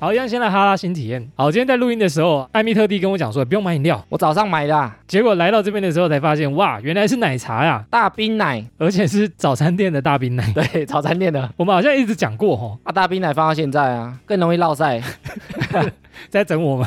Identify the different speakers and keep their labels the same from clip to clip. Speaker 1: 好，一样先来哈拉新体验。好，今天在录音的时候，艾米特地跟我讲说不用买饮料，
Speaker 2: 我早上买的啊
Speaker 1: 结果来到这边的时候才发现，哇，原来是奶茶呀、
Speaker 2: 大冰奶，
Speaker 1: 而且是早餐店的大冰奶。
Speaker 2: 对，早餐店的
Speaker 1: 我们好像一直讲过吼，
Speaker 2: 啊，大冰奶放到现在啊，更容易落晒。
Speaker 1: 在整我们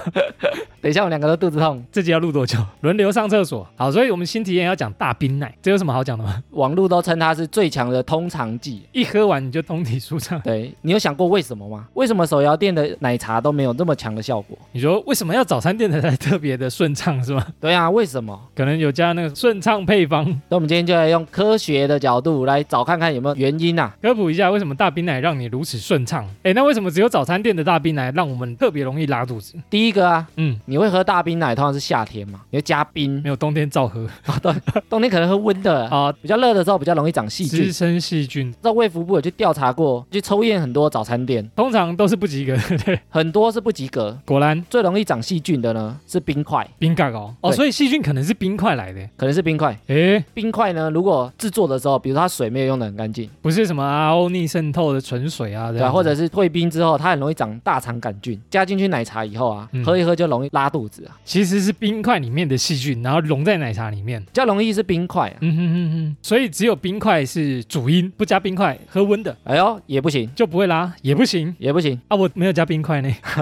Speaker 2: 等一下我们两个都肚子痛，
Speaker 1: 这集要录多久，轮流上厕所。好，所以我们新体验要讲大冰奶，这有什么好讲的吗？
Speaker 2: 网络都称它是最强的通肠剂。
Speaker 1: 一喝完你就通体舒畅。
Speaker 2: 对你有想过为什么吗？为什么手摇店的奶茶都没有这么强的效果？
Speaker 1: 你说为什么要早餐店的才特别的顺畅是吗？
Speaker 2: 对啊，为什么？
Speaker 1: 可能有加那个顺畅配方，
Speaker 2: 那我们今天就来用科学的角度来找看看有没有原因啊。
Speaker 1: 科普一下为什么大冰奶让你如此顺畅。哎，那为什么只有早餐店的大冰奶让我们特别容易拉肚子？
Speaker 2: 第一个啊，
Speaker 1: 嗯，
Speaker 2: 你会喝大冰奶，通常是夏天嘛，你会加冰
Speaker 1: 没，有冬天照喝
Speaker 2: 冬天可能喝温的，
Speaker 1: 啊，
Speaker 2: 比较热的时候比较容易长细菌
Speaker 1: 滋。生细菌
Speaker 2: 在卫福部有去调查过，去抽验很多早餐店，
Speaker 1: 通常都是不及格的。 对，
Speaker 2: 很多是不及格。
Speaker 1: 果然
Speaker 2: 最容易长细菌的呢是冰块，
Speaker 1: 冰盖哦，哦，
Speaker 2: 对
Speaker 1: 所以细菌可能是冰块来的。
Speaker 2: 可能是冰块。
Speaker 1: 诶，
Speaker 2: 冰块呢，如果制作的时候，比如说它水没有用的很干净，
Speaker 1: 不是什么 RO 逆渗透的纯水啊，这
Speaker 2: 对啊、
Speaker 1: 样
Speaker 2: 或者是退冰之后，它很容易长大肠杆菌，加进去奶茶以后啊，
Speaker 1: 嗯
Speaker 2: 喝一喝就容易拉肚子啊，
Speaker 1: 其实是冰块里面的细菌，然后溶在奶茶里面。
Speaker 2: 比较容易是冰块、啊。
Speaker 1: 嗯哼哼哼，所以只有冰块是主因，不加冰块喝温的
Speaker 2: 哎呦，也不行，
Speaker 1: 就不会拉，也不行
Speaker 2: 也不行，
Speaker 1: 啊。我没有加冰块呢，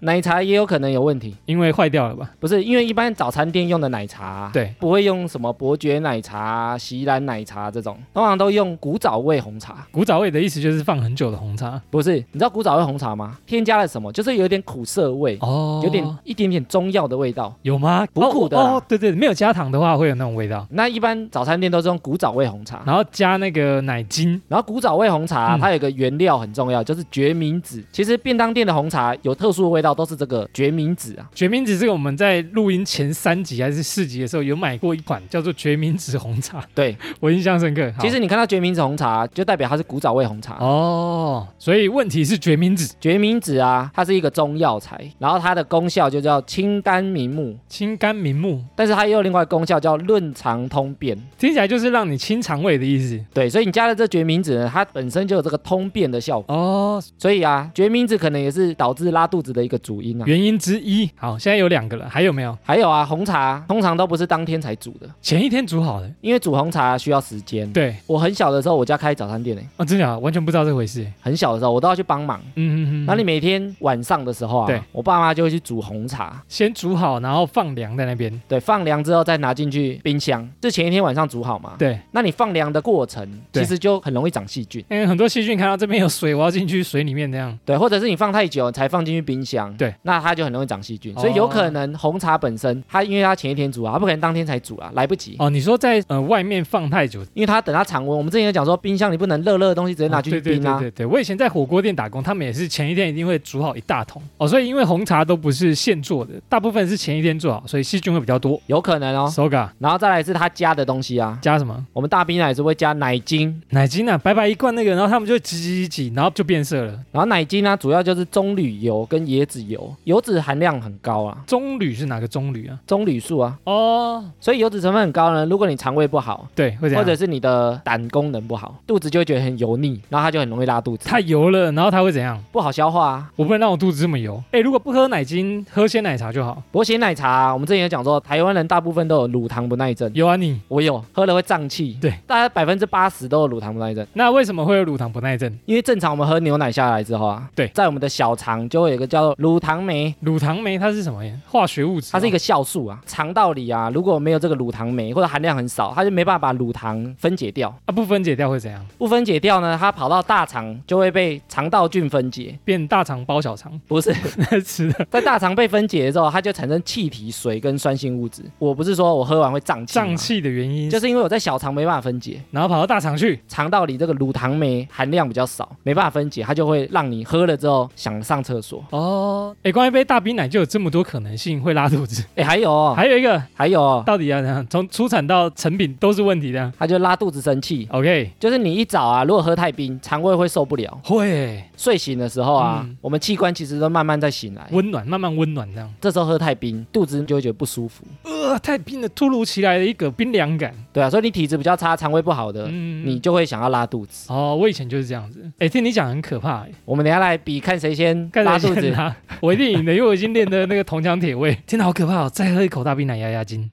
Speaker 2: 奶茶也有可能有问题，
Speaker 1: 因为坏掉了吧？
Speaker 2: 不是因为一般早餐店用的奶茶、啊
Speaker 1: 对，
Speaker 2: 不会用什么伯爵奶茶、席兰奶茶这种，通常都用古早味红茶。
Speaker 1: 古早味的意思就是放很久的红茶
Speaker 2: 不是，你知道古早味红茶吗？添加了什么？就是有点苦涩味，
Speaker 1: 哦，
Speaker 2: 有点一点点中药的味道。
Speaker 1: 有吗？
Speaker 2: 苦苦的啦
Speaker 1: 哦，哦对对，没有加糖的话会有那种味道，
Speaker 2: 那一般早餐店都是用古早味红茶，
Speaker 1: 然后加那个奶精，
Speaker 2: 然后古早味红茶
Speaker 1: 嗯
Speaker 2: 它有一个原料很重要，就是决明子。其实便当店的红茶有特殊的味道，都是这个决明子啊。
Speaker 1: 决明子这个我们在录音前三集还是四集的时候有买过一款叫做决明子红茶，
Speaker 2: 对，
Speaker 1: 我印象深刻。好
Speaker 2: 其实你看到决明子红茶，就代表它是古早味红茶。
Speaker 1: 哦，所以问题是决明子
Speaker 2: 决明子啊，它是一个中药材，然后它的功效就叫清肝明目，
Speaker 1: 清肝明目，
Speaker 2: 但是它也有另外一个功效叫润肠通便。
Speaker 1: 听起来就是让你清肠胃的意思
Speaker 2: 对，所以你加了这决明子呢，它本身就有这个通便的效果，
Speaker 1: 哦，
Speaker 2: 所以啊，决明子可能也是导致拉肚子的一个主因啊。
Speaker 1: 原因之一。好，现在有两个了，还有没有？
Speaker 2: 还有啊，红茶通常都不是当天才煮的，
Speaker 1: 前一天煮好的，
Speaker 2: 因为煮红茶需要时间。
Speaker 1: 对，
Speaker 2: 我很小的时候，我家开早餐店诶、欸
Speaker 1: 哦，真的假的完全不知道这回事。
Speaker 2: 很小的时候我都要去帮忙。
Speaker 1: 嗯嗯嗯，
Speaker 2: 那你每天晚上的时候啊，
Speaker 1: 对
Speaker 2: 我爸妈就会去煮红茶，
Speaker 1: 先煮好，然后放凉在那边。
Speaker 2: 对，放凉之后再拿进去冰箱，是前一天晚上煮好嘛？
Speaker 1: 对，
Speaker 2: 那你放凉的过程，
Speaker 1: 对
Speaker 2: 其实就很容易长细菌，
Speaker 1: 因为嗯很多细菌看到这边有水，我要进去水里面这样。
Speaker 2: 对，或者是你放太久才放进去冰箱，
Speaker 1: 对，
Speaker 2: 那它就很容易长细菌，
Speaker 1: 哦
Speaker 2: 所以有可能红茶本身它因为它前一天煮啊，它不可能当天才煮啊，来不及，
Speaker 1: 哦，你说在呃外面放太久，
Speaker 2: 因为它等它常温，我们之前有讲说冰箱你不能热热的东西直接拿去
Speaker 1: 哦对
Speaker 2: 冰啊，
Speaker 1: 对对对对，我以前在火锅店打工，他们也是前一天一定会煮好一大桶哦，所以因为红茶都不是现做的，大部分是前一天做好，所以细菌会比较多。
Speaker 2: 有可能哦。
Speaker 1: 手嘎
Speaker 2: 然后再来是它加的东西啊，
Speaker 1: 加什么
Speaker 2: 我们大冰奶是会加奶精，
Speaker 1: 奶精啊，白白一罐那个，然后他们就挤挤挤，然后就变色了。
Speaker 2: 然后奶精呢、主要就是棕榈油跟椰子油，油脂含量很高啊，
Speaker 1: 棕榈是哪个棕榈啊？
Speaker 2: 棕榈素啊，
Speaker 1: 哦，
Speaker 2: 所以油脂成分很高呢。如果你肠胃不好，
Speaker 1: 对，会这样，
Speaker 2: 或者是你的胆功能不好，肚子就会觉得很油腻，然后它就很容易拉肚子，
Speaker 1: 太油了，然后它会怎样？
Speaker 2: 不好消化啊。
Speaker 1: 我不能让我肚子这么油。哎，如果不喝奶精，喝鲜奶茶就好。
Speaker 2: 不过鲜奶茶啊、我们之前有讲说，台湾人大部分都有乳糖不耐症，
Speaker 1: 有啊你，
Speaker 2: 我有喝了会胀气，
Speaker 1: 对，
Speaker 2: 大概百分之八十都有乳糖不耐症，
Speaker 1: 那为什么会有乳糖不耐症？
Speaker 2: 因为正常我们喝牛奶下来之后啊，
Speaker 1: 对
Speaker 2: 在我们的小肠就会有一个叫做乳糖酶。
Speaker 1: 乳糖酶它是什么呀？化学物质哦、
Speaker 2: 它是一个酵素啊，肠道里啊，如果没有这个乳糖酶或者含量很少，它就没办法把乳糖分解掉。
Speaker 1: 啊，不分解掉会怎样？
Speaker 2: 不分解掉呢，它跑到大肠就会被肠道菌分解，
Speaker 1: 变大肠包小肠，
Speaker 2: 不是
Speaker 1: 吃的
Speaker 2: 在大肠被分解的时候，它就产生气体、水跟酸性物质。我不是说我喝完会胀气吗，
Speaker 1: 胀气的原因
Speaker 2: 就是因为我在小肠没办法分解，
Speaker 1: 然后跑到大肠去，
Speaker 2: 肠道里这个乳糖酶含量比较少，没办法分解，它就会让你喝了之后想上厕所。
Speaker 1: 哦，哎，光一杯大冰奶就有这么多可能性会拉肚子。
Speaker 2: 哎，还有哦，
Speaker 1: 还有一个，
Speaker 2: 还有哦，
Speaker 1: 到底要怎样？从出产到成品都是问题的。
Speaker 2: 它就拉肚子生气。
Speaker 1: OK，
Speaker 2: 就是你一早啊，如果喝太冰，肠胃会受不了。
Speaker 1: 会
Speaker 2: 睡醒的时候啊，
Speaker 1: 嗯
Speaker 2: 我们器官其实都慢慢在醒来。
Speaker 1: 温暖，慢慢温暖这样。
Speaker 2: 这时候喝太冰，肚子就会觉得不舒服。
Speaker 1: 呃，太冰了，突如其来的一个冰凉感。
Speaker 2: 对啊，所以你体质比较差，肠胃不好的，
Speaker 1: 嗯
Speaker 2: 你就会想要拉肚子。
Speaker 1: 哦，我以前就是这样子。哎，听你讲很可怕、欸，
Speaker 2: 我们等一下来比看谁先
Speaker 1: 看
Speaker 2: 拉
Speaker 1: 来
Speaker 2: 肚子。
Speaker 1: 啊，我一定赢的，因为我已经练的那个铜墙铁卫。 天哪，好可怕、哦！再喝一口大冰奶压压惊。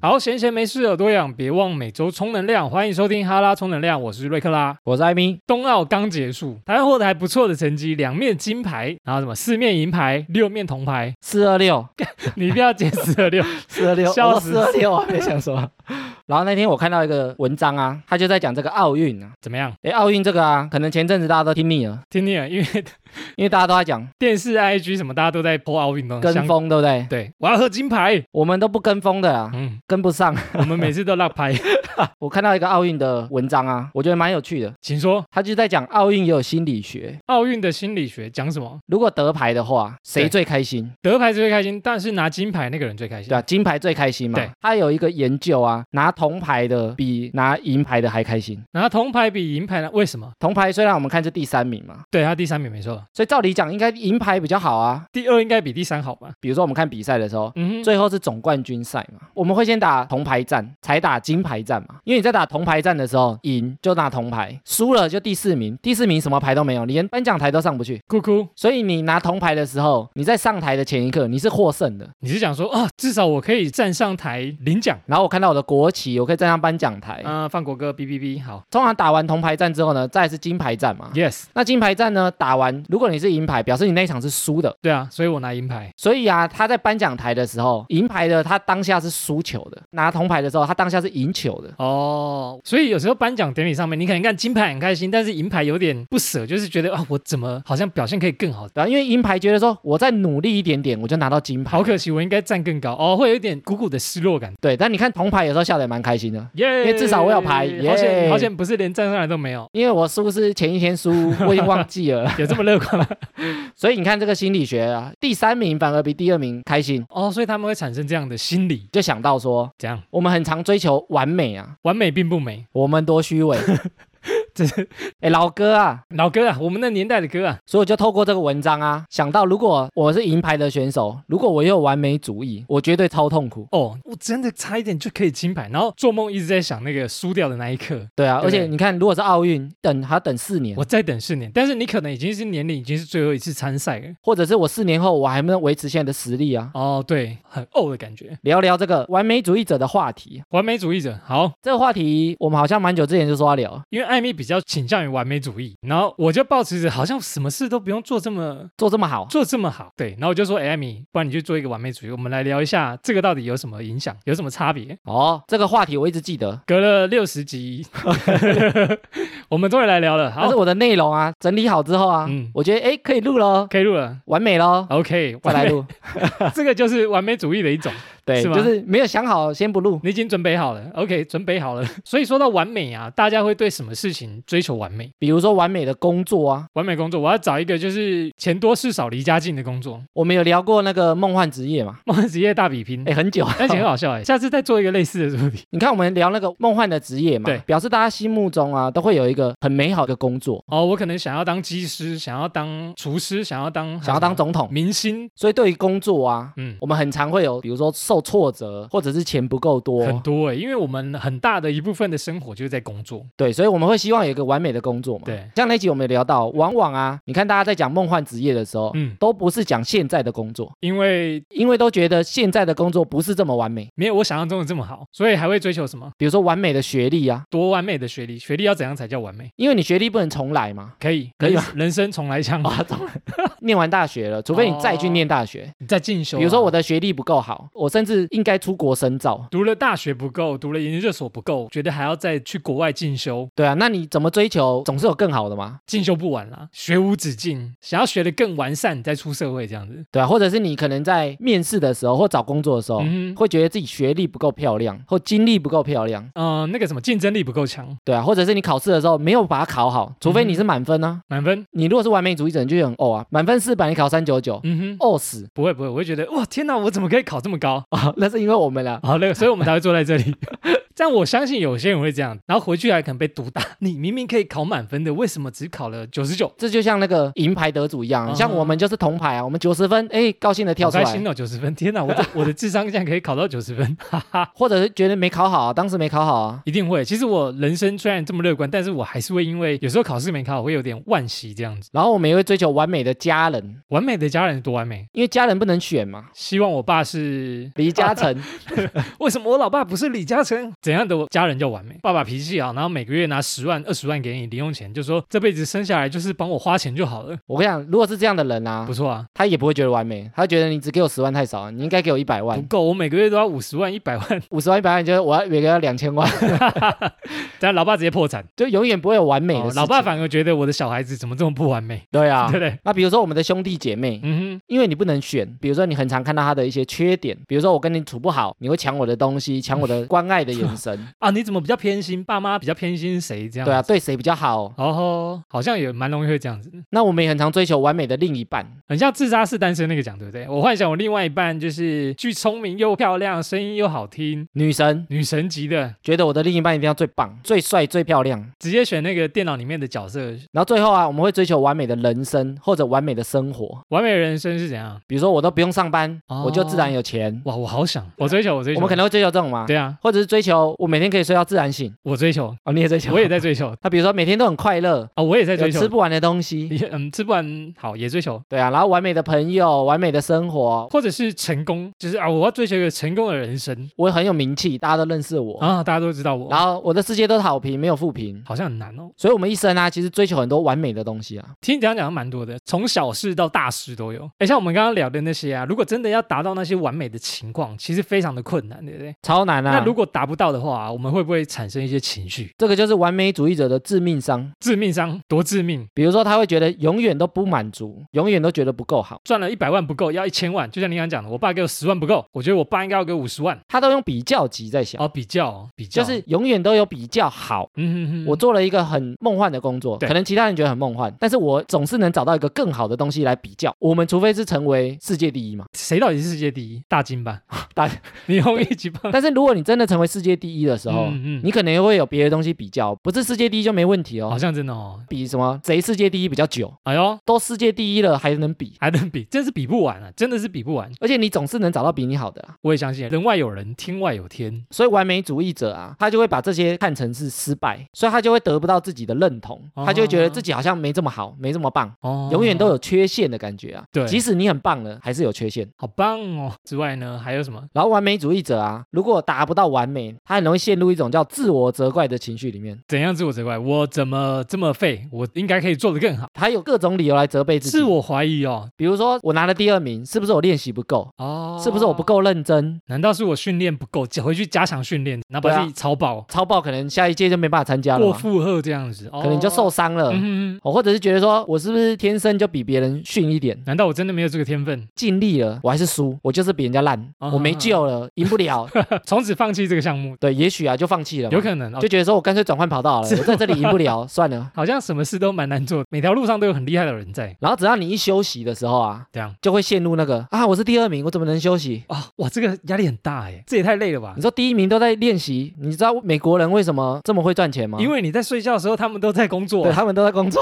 Speaker 1: 好，闲闲没事，耳朵痒，别忘每周充能量。欢迎收听哈拉充能量，我是瑞克拉。
Speaker 2: 我是艾米，
Speaker 1: 冬奥刚结束，台湾获得还不错的成绩，两面金牌，然后什么四面银牌、六面铜牌，
Speaker 2: 四二六，
Speaker 1: 你一定要捡四二六。
Speaker 2: 四二六，
Speaker 1: 笑
Speaker 2: 我
Speaker 1: 死
Speaker 2: 四二六，我还没想说。 然后那天我看到一个文章啊，他就在讲这个奥运啊，
Speaker 1: 怎么样？
Speaker 2: 诶，奥运这个啊，可能前阵子大家都听腻了，
Speaker 1: 听听啊，因为
Speaker 2: 因为大家都在讲
Speaker 1: 电视、IG 什么，大家都在破奥运东西
Speaker 2: 跟。
Speaker 1: 相
Speaker 2: 风，对不对？
Speaker 1: 对，我要喝金牌。
Speaker 2: 我们都不跟风的啊，
Speaker 1: 嗯，
Speaker 2: 跟不上。
Speaker 1: 我们每次都落拍。
Speaker 2: 我看到一个奥运的文章啊，我觉得蛮有趣的，
Speaker 1: 请说，
Speaker 2: 他就在讲奥运也有心理学，
Speaker 1: 奥运的心理学讲什么？
Speaker 2: 如果得牌的话，谁
Speaker 1: 对
Speaker 2: 最开心？
Speaker 1: 得牌最开心，但是拿金牌那个人最开心。
Speaker 2: 对啊，金牌最开心嘛
Speaker 1: 对。
Speaker 2: 他有一个研究啊，拿铜牌的比拿银牌的还开心。
Speaker 1: 拿铜牌比银牌呢？为什么？
Speaker 2: 铜牌虽然我们看是第三名嘛，
Speaker 1: 对他第三名没错，
Speaker 2: 所以照理讲应该银牌比较好啊。
Speaker 1: 第二应该比第三好吧？
Speaker 2: 比如说我们看比赛的时候。
Speaker 1: 嗯哼，
Speaker 2: 最后是总冠军赛嘛，我们会先打铜牌战，才打金牌战嘛。因为你在打铜牌战的时候，赢就拿铜牌，输了就第四名，第四名什么牌都没有，你连颁奖台都上不去。
Speaker 1: 哭哭，
Speaker 2: 所以你拿铜牌的时候，你在上台的前一刻你是获胜的。
Speaker 1: 你是想说啊，至少我可以站上台领奖。
Speaker 2: 然后我看到我的国旗，我可以站上颁奖台。
Speaker 1: 啊、放国歌，哔哔哔，好
Speaker 2: 通常打完铜牌战之后呢，再来是金牌战嘛。
Speaker 1: ，yes，
Speaker 2: 那金牌战呢，打完如果你是银牌，表示你那一场是输的。
Speaker 1: 对啊，所以我拿银牌。
Speaker 2: 所以啊，他在颁奖台的时候，银牌的他当下是输球的，拿铜牌的时候，他当下是赢球的。
Speaker 1: 哦，所以有时候颁奖典礼上面，你可能看金牌很开心，但是银牌有点不舍，就是觉得啊，我怎么好像表现可以更好，
Speaker 2: 对啊，因为银牌觉得说我再努力一点点，我就拿到金牌。
Speaker 1: 好可惜，我应该站更高哦，会有一点鼓鼓的失落感。
Speaker 2: 对，但你看铜牌有时候笑得也蛮开心的，
Speaker 1: 耶、
Speaker 2: 因为至少我有牌耶
Speaker 1: 好险好险，不是连站上来都没有，
Speaker 2: 因为我输是前一天输，我已经忘记 了。
Speaker 1: 有这么乐观吗？
Speaker 2: 所以你看这个心理学啊，第三名反而比第二名开心，
Speaker 1: 哦，所以他们会产生这样的心理，
Speaker 2: 就想到 说
Speaker 1: 这样
Speaker 2: 我们很常追求完美啊，
Speaker 1: 完美并不美。
Speaker 2: 我们多虚 伪。
Speaker 1: 这
Speaker 2: 是哎，老哥啊，
Speaker 1: 老歌啊，我们那年代的歌啊，
Speaker 2: 所以我就透过这个文章啊，想到如果我是银牌的选手，如果我又有完美主义，我绝对超痛苦。
Speaker 1: 哦，我真的差一点就可以金牌，然后做梦一直在想那个输掉的那一刻，
Speaker 2: 对啊，
Speaker 1: 对
Speaker 2: 而且你看，如果是奥运，等还要等四年，
Speaker 1: 我再等四年，但是你可能已经是年龄已经是最后一次参赛了。
Speaker 2: 或者是我四年后我还没有维持现在的实力啊。
Speaker 1: 哦，对，很呕的感觉。
Speaker 2: 聊聊这个完美主义者的话题，啊
Speaker 1: 完美主义者，好，
Speaker 2: 这个话题我们好像蛮久之前就说要聊，
Speaker 1: 因为艾米比较倾向于完美主义，然后我就抱持着好像什么事都不用做这么
Speaker 2: 做这么好，
Speaker 1: 做这么好，对，然后我就说，哎艾米，不然你就做一个完美主义，我们来聊一下这个到底有什么影响，有什么差别。
Speaker 2: 哦，这个话题我一直记得，
Speaker 1: 隔了六十集， 我们终于来聊了，
Speaker 2: 但
Speaker 1: 好
Speaker 2: 是，我的内容啊整理好之后啊，
Speaker 1: 嗯
Speaker 2: 我觉得哎可以录喽，
Speaker 1: 可以录了。
Speaker 2: 完美喽，
Speaker 1: OK，
Speaker 2: 再
Speaker 1: 完
Speaker 2: 来
Speaker 1: 美，
Speaker 2: 录，
Speaker 1: 这个就是完美主义的一种，
Speaker 2: 对，
Speaker 1: 是吗
Speaker 2: 就是没有想好先不录。
Speaker 1: 你已经准备好了，OK，准备好了。所以说到完美啊，大家会对什么事情追求完美？
Speaker 2: 比如说完美的工作啊，
Speaker 1: 完美工作，我要找一个就是钱多事少、离家近的工作，
Speaker 2: 我们有聊过那个梦幻职业嘛？
Speaker 1: 梦幻职业大比拼。
Speaker 2: 哎，很久，
Speaker 1: 而且很好笑哎、下次再做一个类似的主题
Speaker 2: 你看我们聊那个梦幻的职业嘛，
Speaker 1: 对
Speaker 2: 表示大家心目中啊都会有一个很美好的工作，
Speaker 1: 哦。我可能想要当技师，想要当厨师，想要当
Speaker 2: 想要当总统，
Speaker 1: 明星，
Speaker 2: 所以对于工作啊。
Speaker 1: 嗯，
Speaker 2: 我们很常会有，比如说受挫折，或者是钱不够
Speaker 1: 很
Speaker 2: 多，
Speaker 1: 多哎、因为我们很大的一部分的生活就是在工作。
Speaker 2: 对，所以我们会希望有一个完美的工作嘛。
Speaker 1: 对，
Speaker 2: 像那集我们有聊到，往往啊，你看大家在讲梦幻职业的时候，
Speaker 1: 嗯，
Speaker 2: 都不是讲现在的工作，
Speaker 1: 因为
Speaker 2: 因为都觉得现在的工作不是这么完美，
Speaker 1: 没有我想象中的这么好，所以还会追求什么
Speaker 2: 比如说完美的学历啊，
Speaker 1: 多完美的学历？学历要怎样才叫完美？
Speaker 2: 因为你学历不能重来 嘛。
Speaker 1: 可以，
Speaker 2: 可以
Speaker 1: 人
Speaker 2: 吗
Speaker 1: 人生重来 枪，
Speaker 2: 啊，重来，念完大学了，除非你再
Speaker 1: 哦
Speaker 2: 去念大学。
Speaker 1: 你在进修啊、
Speaker 2: 比如说我的学历不够好，我甚至应该出国深造。
Speaker 1: 读了大学不够，读了研究所不够，觉得还要再去国外进修，
Speaker 2: 对啊，那你怎么追求？总是有更好的嘛。
Speaker 1: 进修不完啦，学无止境，想要学得更完善，再出社会这样子。
Speaker 2: 对啊，或者是你可能在面试的时候或找工作的时候，
Speaker 1: 嗯哼，
Speaker 2: 会觉得自己学历不够漂亮，或经历不够漂亮。
Speaker 1: 嗯、那个什么竞争力不够强，
Speaker 2: 对啊，或者是你考试的时候没有把它考好，除
Speaker 1: 嗯
Speaker 2: 非你是满分啊。
Speaker 1: 满分。
Speaker 2: 你如果是完美主义者，你就很哦啊，满分四百你考三九九，
Speaker 1: 嗯哼，
Speaker 2: 哦死
Speaker 1: 不会不会，我会觉得哇天哪，我怎么可以考这么高？
Speaker 2: 啊，那是因为我们啊，
Speaker 1: 好嘞，所以我们才会坐在这里。 但我相信有些人会这样，然后回去还可能被毒打。你明明可以考满分的，为什么只考了九十九？
Speaker 2: 这就像那个银牌得主一样，
Speaker 1: 嗯
Speaker 2: 像我们就是铜牌啊，我们九十分，哎，高兴的跳
Speaker 1: 好
Speaker 2: 出
Speaker 1: 开
Speaker 2: 来
Speaker 1: 心，哦，九十分！天哪，我的我的智商竟然可以考到九十分， 哈哈，
Speaker 2: 或者是觉得没考好啊，当时没考好啊。
Speaker 1: 一定会。其实我人生虽然这么乐观，但是我还是会因为有时候考试没考好，会有点惋惜这样子。
Speaker 2: 然后我们也会追求完美的家人，
Speaker 1: 完美的家人多完美，
Speaker 2: 因为家人不能选 嘛。
Speaker 1: 希望我爸是
Speaker 2: 离家成，
Speaker 1: 为什么我老爸不是李嘉诚？怎样的家人叫完美？爸爸脾气好，然后每个月拿十万、二十万给你零用钱，就说这辈子生下来就是帮我花钱就好了，
Speaker 2: 我跟你讲，如果是这样的人啊
Speaker 1: 不，错啊，
Speaker 2: 他也不会觉得完美，他觉得你只给我十万太少，你应该给我一百
Speaker 1: 不
Speaker 2: 万，
Speaker 1: 够，我每个月都要五十万、一百万，
Speaker 2: 五十万一百万，就是我要每个要两千万，
Speaker 1: 但老爸直接破产。
Speaker 2: 就永远不会有完美的
Speaker 1: 哦
Speaker 2: 事情、
Speaker 1: 老爸反而觉得我的小孩子怎么这么不完美，
Speaker 2: 对啊
Speaker 1: 对不，对？
Speaker 2: 那比如说我们的兄弟姐妹，
Speaker 1: 嗯
Speaker 2: 因为你不能选，比如说你很常看到他的一些缺点，比如说我跟你处不好，你会抢我的东西，抢我的关爱的眼神
Speaker 1: 哼，，啊，你怎么比较偏心？爸妈比较偏心谁 这样？
Speaker 2: 对啊，。对谁比较好？
Speaker 1: 哦，好像也蛮容易会这样子，
Speaker 2: 那我们也很常追求完美的另一半，
Speaker 1: 很像《自杀式单身》那个讲，对不对？我幻想我另外一半就是既聪明又漂亮，声音又好听，
Speaker 2: 女神
Speaker 1: 女神级的，
Speaker 2: 觉得我的另一半一定要最棒、最帅、最漂亮，
Speaker 1: 直接选那个电脑里面的角色，
Speaker 2: 然后最后啊，我们会追求完美的人生或者完美的生活，
Speaker 1: 完美人生是怎样？
Speaker 2: 比如说我都不用上班，
Speaker 1: 哦
Speaker 2: 我就自然有钱，
Speaker 1: 哇，我好想，我追求，我追求，
Speaker 2: 我们可能会追求这种吗？
Speaker 1: 对啊，
Speaker 2: 或者是追求我每天可以睡到自然醒
Speaker 1: 我追 求，
Speaker 2: 哦，你也追求，
Speaker 1: 我也在追求
Speaker 2: 那比如说每天都很快乐，
Speaker 1: 啊，我也在
Speaker 2: 有
Speaker 1: 追
Speaker 2: 吃
Speaker 1: 求。
Speaker 2: 不完的东西，
Speaker 1: 你嗯，吃不完好也追求，
Speaker 2: 对啊，然后完美的朋友，完美的生活，
Speaker 1: 或者是成功，就是啊，我要追求一个成功的人生
Speaker 2: 我很有名气，大家都认识我，
Speaker 1: 啊，大家都知道我，
Speaker 2: 然后我的世界都是好评，没有负评。
Speaker 1: 好像很难哦。
Speaker 2: 所以，我们一生啊，其实追求很多完美的东西啊。
Speaker 1: 听你讲讲蛮多的，从小事到大事都有。哎，像我们刚刚聊的那些啊，如果真的要达到那些完美的情况，其实非常的困难，对不对？
Speaker 2: 超难啊！
Speaker 1: 那如果达不到的话、啊我们会不会产生一些情绪？
Speaker 2: 这个就是完美主义者的致命伤，
Speaker 1: 致命伤多致命？
Speaker 2: 比如说他会觉得永远都不满足，永远都觉得不够好，
Speaker 1: 赚了一百万不够，要一千万。就像你刚刚讲的，我爸给我十万不够，我觉得我爸应该要给我五十万。
Speaker 2: 他都用比较级在想，
Speaker 1: 哦，比较哦比较，
Speaker 2: 就是永远都有比较好。
Speaker 1: 嗯哼哼，
Speaker 2: 我做了一个很梦幻的工作，
Speaker 1: 对
Speaker 2: 可能其他人觉得很梦幻，但是我总是能找到一个更好的东西来比较。我们除非是成为世界第一嘛，
Speaker 1: 谁到底是世界第一？大金吧，
Speaker 2: 大
Speaker 1: 你用一级 棒。
Speaker 2: 但是如果你真的成为世界第一的时候，
Speaker 1: 嗯嗯
Speaker 2: 你可能会有别的东西比较，不是世界第一就没问题
Speaker 1: 好
Speaker 2: 哦。
Speaker 1: 像真的哦，
Speaker 2: 比什么谁世界第一比较久，
Speaker 1: 哎呦，
Speaker 2: 都世界第一了还能比，
Speaker 1: 还能比，真是比不完啊，真的是比不完。
Speaker 2: 而且你总是能找到比你好的啊、
Speaker 1: 我也相信，人外有人，天外有天。
Speaker 2: 所以完美主义者啊，他就会把这些看成是失败，所以他就会得不到自己的认同，
Speaker 1: 哦
Speaker 2: 他就会觉得自己好像没这么好，没这么棒，
Speaker 1: 哦，
Speaker 2: 永远都有缺陷的感觉啊。
Speaker 1: 对
Speaker 2: 即使你很棒了，还是有缺陷。
Speaker 1: 好棒哦。之外呢，还有什么？
Speaker 2: 然后完美主义者啊，如果达不到完美，他很容易陷入一种叫自我责怪的情绪里面，
Speaker 1: 怎样自我责怪？我怎么这么废？我应该可以做得更好。
Speaker 2: 他有各种理由来责备自己。
Speaker 1: 自我怀疑哦，
Speaker 2: 比如说我拿了第二名，是不是我练习不够？
Speaker 1: 哦，
Speaker 2: 是不是我不？够认真？
Speaker 1: 难道是我训练不够？回去加强训练，然后
Speaker 2: 对
Speaker 1: 把
Speaker 2: 啊
Speaker 1: 自己超爆、
Speaker 2: 超爆可能下一届就没办法参加了
Speaker 1: 过
Speaker 2: 嘛，
Speaker 1: 负荷这样子，哦、
Speaker 2: 可能你就受伤了。
Speaker 1: 嗯哼哼
Speaker 2: 哦，或者是觉得说我是不是天生就比别人逊一点，
Speaker 1: 难道我真的没有这个天分？
Speaker 2: 尽力了，我还是输，我就是比人家烂，
Speaker 1: 啊
Speaker 2: 我没救了，赢 不了。
Speaker 1: 从此放弃这个项目，
Speaker 2: 对，也许啊就放弃了嘛，
Speaker 1: 有可能哦
Speaker 2: 就。觉得说我干脆转换跑道了，我在这里赢不了，算了。
Speaker 1: 好像什么事都蛮难做，每条路上都有很厉害的人在。
Speaker 2: 然后只要你一休息的时候啊，
Speaker 1: 这样
Speaker 2: 就会陷入那个啊，我是第二名，我怎么能休息？
Speaker 1: 啊、哇，这个压力很大哎，这也太累了吧
Speaker 2: 你？说第一名都在练习，你知道美国人为什么这么会赚钱吗？
Speaker 1: 因为你在睡觉的时候，他们都在工作啊
Speaker 2: 对，他们都在 工作，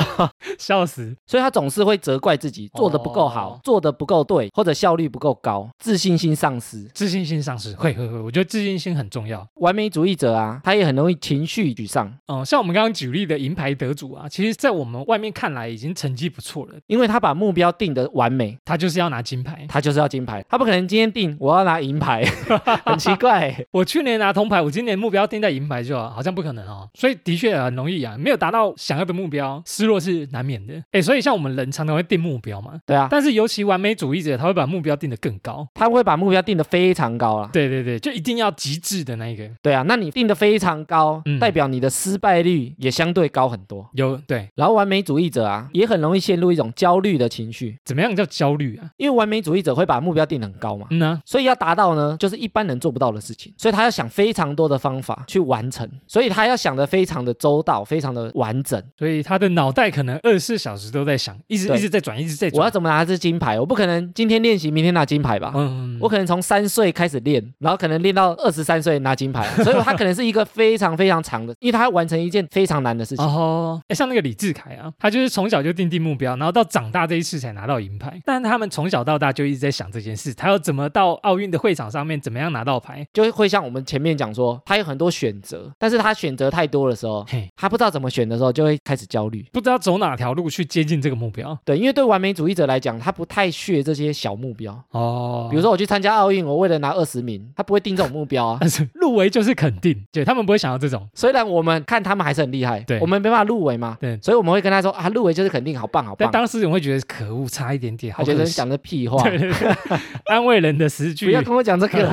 Speaker 1: 笑死。
Speaker 2: 所以他总是会责怪自己做的不够好，
Speaker 1: 哦
Speaker 2: 做的不够对，或者效率不够高，自信心丧失。
Speaker 1: 自信心丧失，会会会，我觉得自信心很重要。
Speaker 2: 完美主义者啊，他也很容易情绪沮丧，
Speaker 1: 嗯，像我们刚刚举例的银牌得主啊，其实，在我们外面看来已经成绩不错了，
Speaker 2: 因为他把目标定得完美，
Speaker 1: 他就是要拿金牌。
Speaker 2: 他就是要金牌，他不可能今天定我要拿银牌， 很奇怪、
Speaker 1: 我去年拿铜牌，我今年目标定在银牌就好，好像不可能哦。所以的确很容易啊，没有达到想要的目标，失落是难免的。哎，所以像我们人常常会定目标嘛，
Speaker 2: 对啊，
Speaker 1: 但是尤其完美主义者，他会把目标定得更高。
Speaker 2: 他会把目标定得非常高啦。
Speaker 1: 对对对，就一定要极致的那一个。
Speaker 2: 对啊，那你定得非常高，
Speaker 1: 嗯
Speaker 2: 代表你的失败率也相对高很多。
Speaker 1: 有对，
Speaker 2: 然后完美主义者啊，也很容易陷入一种焦虑的情绪，
Speaker 1: 怎么样叫焦虑啊？
Speaker 2: 因为完美主义者会把目标定得很高嘛，
Speaker 1: 嗯呢、
Speaker 2: 所以要达到呢，就是一般人做不到的事情，所以他要想非常多的方法去完成，所以他要想得非常的周到，非常的完整。
Speaker 1: 所以他的脑袋可能二十四小时都在想，一直
Speaker 2: 对
Speaker 1: 一直在转，一直在转。
Speaker 2: 我要怎么拿这金牌？我不可能今天练习，明天拿金牌吧？
Speaker 1: 嗯，嗯嗯
Speaker 2: 我可能从三岁开始练，然后可能练到二十三岁拿金牌，啊，所以他可能是一个非常非常长的，因为他要完成一件非常难的事情。
Speaker 1: 哦，哎，像那个李志凯啊，他就是从小就定定目标，然后到长大这一次才拿到银牌。但他们从小到大就一直在想这件事，他要怎么到奥运的会场上面，怎么样拿到牌？
Speaker 2: 就会像我们前面讲说，他有很多选择，但是他选择太多的时候，
Speaker 1: 嘿，
Speaker 2: 他不知道怎么选的时候，就会开始焦虑。
Speaker 1: 不知道走哪条路去接近这个目标。
Speaker 2: 对，因为对完美主义者来讲，他不太屑这些小目标。
Speaker 1: 哦，
Speaker 2: 比如说我去参加奥运，我为了拿二十名，他不会定这种目 标啊。
Speaker 1: 但是入围就是肯定，对他们不会想要这种。
Speaker 2: 虽然我们看他们还是很厉害，
Speaker 1: 对
Speaker 2: 我们没办法入围嘛，
Speaker 1: 对
Speaker 2: 所以我们会跟他说啊，入围就是肯定好棒好
Speaker 1: 但
Speaker 2: 棒。
Speaker 1: 当时我会觉得可恶，差一点点，好
Speaker 2: 他觉得
Speaker 1: 可惜
Speaker 2: 讲的屁话，
Speaker 1: 对对对， 安慰人的诗
Speaker 2: 不
Speaker 1: 句。
Speaker 2: 要跟我讲这 个。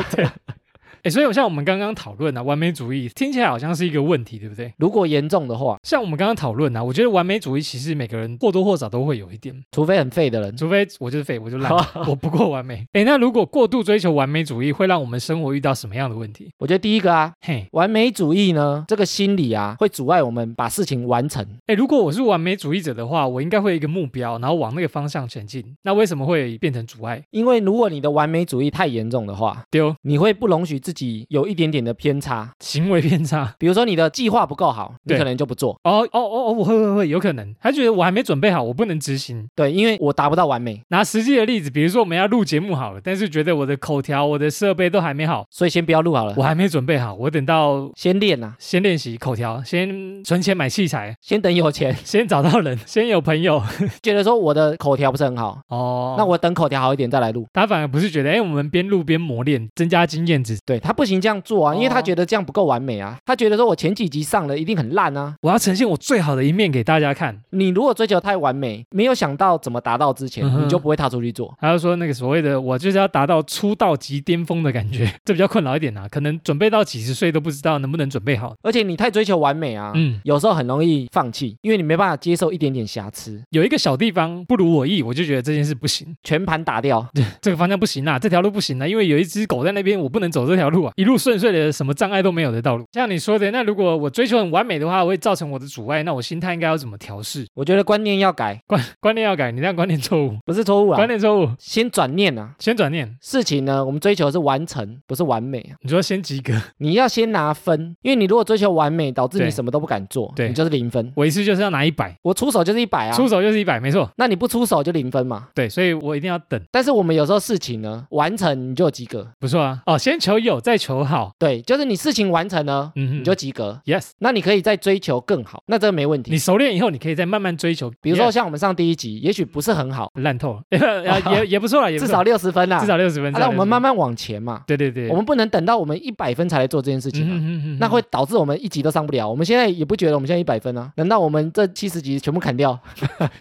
Speaker 1: 哎，所以像我们刚刚讨论啊，完美主义听起来好像是一个问题，对不对？
Speaker 2: 如果严重的话，
Speaker 1: 像我们刚刚讨论啊，我觉得完美主义其实每个人或多或少都会有一点，
Speaker 2: 除非很废的人，
Speaker 1: 除非我就是废，我就烂，我不够完美。哎，那如果过度追求完美主义，会让我们生活遇到什么样的问题？
Speaker 2: 我觉得第一个啊，
Speaker 1: 嘿，
Speaker 2: 完美主义呢，这个心理啊，会阻碍我们把事情完成。
Speaker 1: 哎，如果我是完美主义者的话，我应该会有一个目标，然后往那个方向前进。那为什么会变成阻碍？
Speaker 2: 因为如果你的完美主义太严重的话，
Speaker 1: 丢
Speaker 2: 你会不容许自己有一点点的偏差。
Speaker 1: 行为偏差？
Speaker 2: 比如说你的计划不够好，你
Speaker 1: 对
Speaker 2: 可能就不做。
Speaker 1: 哦哦哦哦，我会会会有可能，他觉得我还没准备好，我不能执行。
Speaker 2: 对，因为我达不到完美，
Speaker 1: 拿实际的例子，比如说我们要录节目好了，但是觉得我的口条、我的设备都还没好，
Speaker 2: 所以先不要录好了
Speaker 1: 我，还没准备好，我等到
Speaker 2: 先练啊，
Speaker 1: 先练习口条，先存钱买器材，
Speaker 2: 先等有钱，
Speaker 1: 先找到人， 先有朋友。
Speaker 2: 觉得说我的口条不是很好，
Speaker 1: 哦，
Speaker 2: 那我等口条好一点再来录。
Speaker 1: 他反而不是觉得，哎，我们边录边磨练，增加经验值。
Speaker 2: 对他不行这样做啊，因为他
Speaker 1: 哦
Speaker 2: 觉得这样不够完美啊，他觉得说我前几集上了一定很烂啊。
Speaker 1: 我要呈现我最好的一面给大家看。
Speaker 2: 你如果追求太完美，没有想到怎么达到之前，
Speaker 1: 嗯哼
Speaker 2: 你就不会踏出去做。
Speaker 1: 还有说那个所谓的我就是要达到出道即巅峰的感觉，这比较困扰一点啊，可能准备到几十岁都不知道能不能准备好。
Speaker 2: 而且你太追求完美啊，
Speaker 1: 嗯，
Speaker 2: 有时候很容易放弃，因为你没办法接受一点点瑕疵，
Speaker 1: 有一个小地方不如我意，我就觉得这件事不行，
Speaker 2: 全盘打掉。
Speaker 1: 这个方向不行啊，这条路不行啊，因为有一只狗在那边，我不能走这条路啊，一路顺遂的什么障碍都没有的道路。像你说的，那如果我追求很完美的话，会造成我的阻碍，那我心态应该要怎么调试？
Speaker 2: 我觉得观念要改，
Speaker 1: 观观念要改，你这样观念错 误，
Speaker 2: 不是错误啊
Speaker 1: 观，念错误，
Speaker 2: 先转念啊。
Speaker 1: 先转念，
Speaker 2: 事情呢，我们追求的是完成，不是完美啊。
Speaker 1: 你说先及格，
Speaker 2: 你要先拿分，因为你如果追求完美，导致
Speaker 1: 对
Speaker 2: 你什么都不敢做，
Speaker 1: 对
Speaker 2: 你就是零分。
Speaker 1: 我一次就是要拿一百、
Speaker 2: 我出手就是一百啊，
Speaker 1: 出手就是一百，没错，
Speaker 2: 那你不出手就零分嘛。
Speaker 1: 对，所以我一定要等，
Speaker 2: 但是我们有时候事情呢，完成你就有及格，
Speaker 1: 不错啊，哦，先求有，再求好，
Speaker 2: 对，就是你事情完成呢，
Speaker 1: 嗯哼，
Speaker 2: 你就及格。
Speaker 1: yes，
Speaker 2: 那你可以再追求更好，那这个没问
Speaker 1: 你
Speaker 2: 题。
Speaker 1: 熟练以后，你可以再慢慢追求，
Speaker 2: 比如说
Speaker 1: yes，
Speaker 2: 像我们上第一集，也许不是很好，
Speaker 1: 烂透了，哎也 也也不错啊了，也不
Speaker 2: 至
Speaker 1: 错
Speaker 2: 少六十分啦，
Speaker 1: 至少六十分，
Speaker 2: 啊那我们慢
Speaker 1: 慢，
Speaker 2: 慢往前嘛，
Speaker 1: 对对对，
Speaker 2: 我们不能等到我们一百分才来做这件事情
Speaker 1: 嗯
Speaker 2: 啊。
Speaker 1: 哼哼哼
Speaker 2: 那会导致我们一集都上不了。我们现在也不觉得我们现在一百分啊？难道我们这七十集全部砍掉？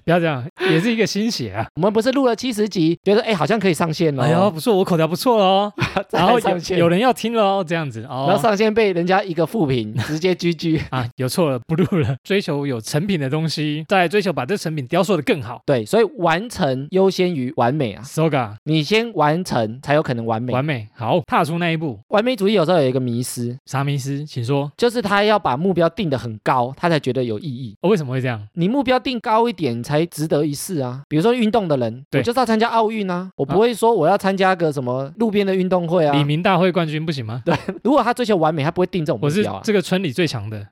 Speaker 1: 不要这样，也是一个心血啊。
Speaker 2: 我们不是录了七十集，觉得哎好像可以上线了，
Speaker 1: 哎 呦，不错，我口条不错哦，
Speaker 2: 再来
Speaker 1: 然后
Speaker 2: 上
Speaker 1: 有
Speaker 2: 线
Speaker 1: 有人要听了哦，这样子
Speaker 2: 然后
Speaker 1: 哦。
Speaker 2: 上线被人家一个负评，直接 GG。
Speaker 1: 啊，有错了，不录了。 追求有成品的东西，再来追求把这成品雕塑的更好。
Speaker 2: 对，所以完成优先于完美啊！
Speaker 1: Soga，
Speaker 2: 你先完成才有可能完美。
Speaker 1: 完美，好，踏出那一步。
Speaker 2: 完美主义有时候有一个迷失，
Speaker 1: 啥迷失？请说、
Speaker 2: 就是他要把目标定得很高，他才觉得有意义。
Speaker 1: 哦为什么会这样？
Speaker 2: 你目标定高一点才值得一试啊！比如说运动的人，
Speaker 1: 对
Speaker 2: 我就是要参加奥运啊，我不会说我要参加个什么路边的运动会啊。
Speaker 1: 李明大会冠军不行吗？
Speaker 2: 如果他追求完美，他不会定这种目
Speaker 1: 我是
Speaker 2: 标啊。
Speaker 1: 这个村里最强的，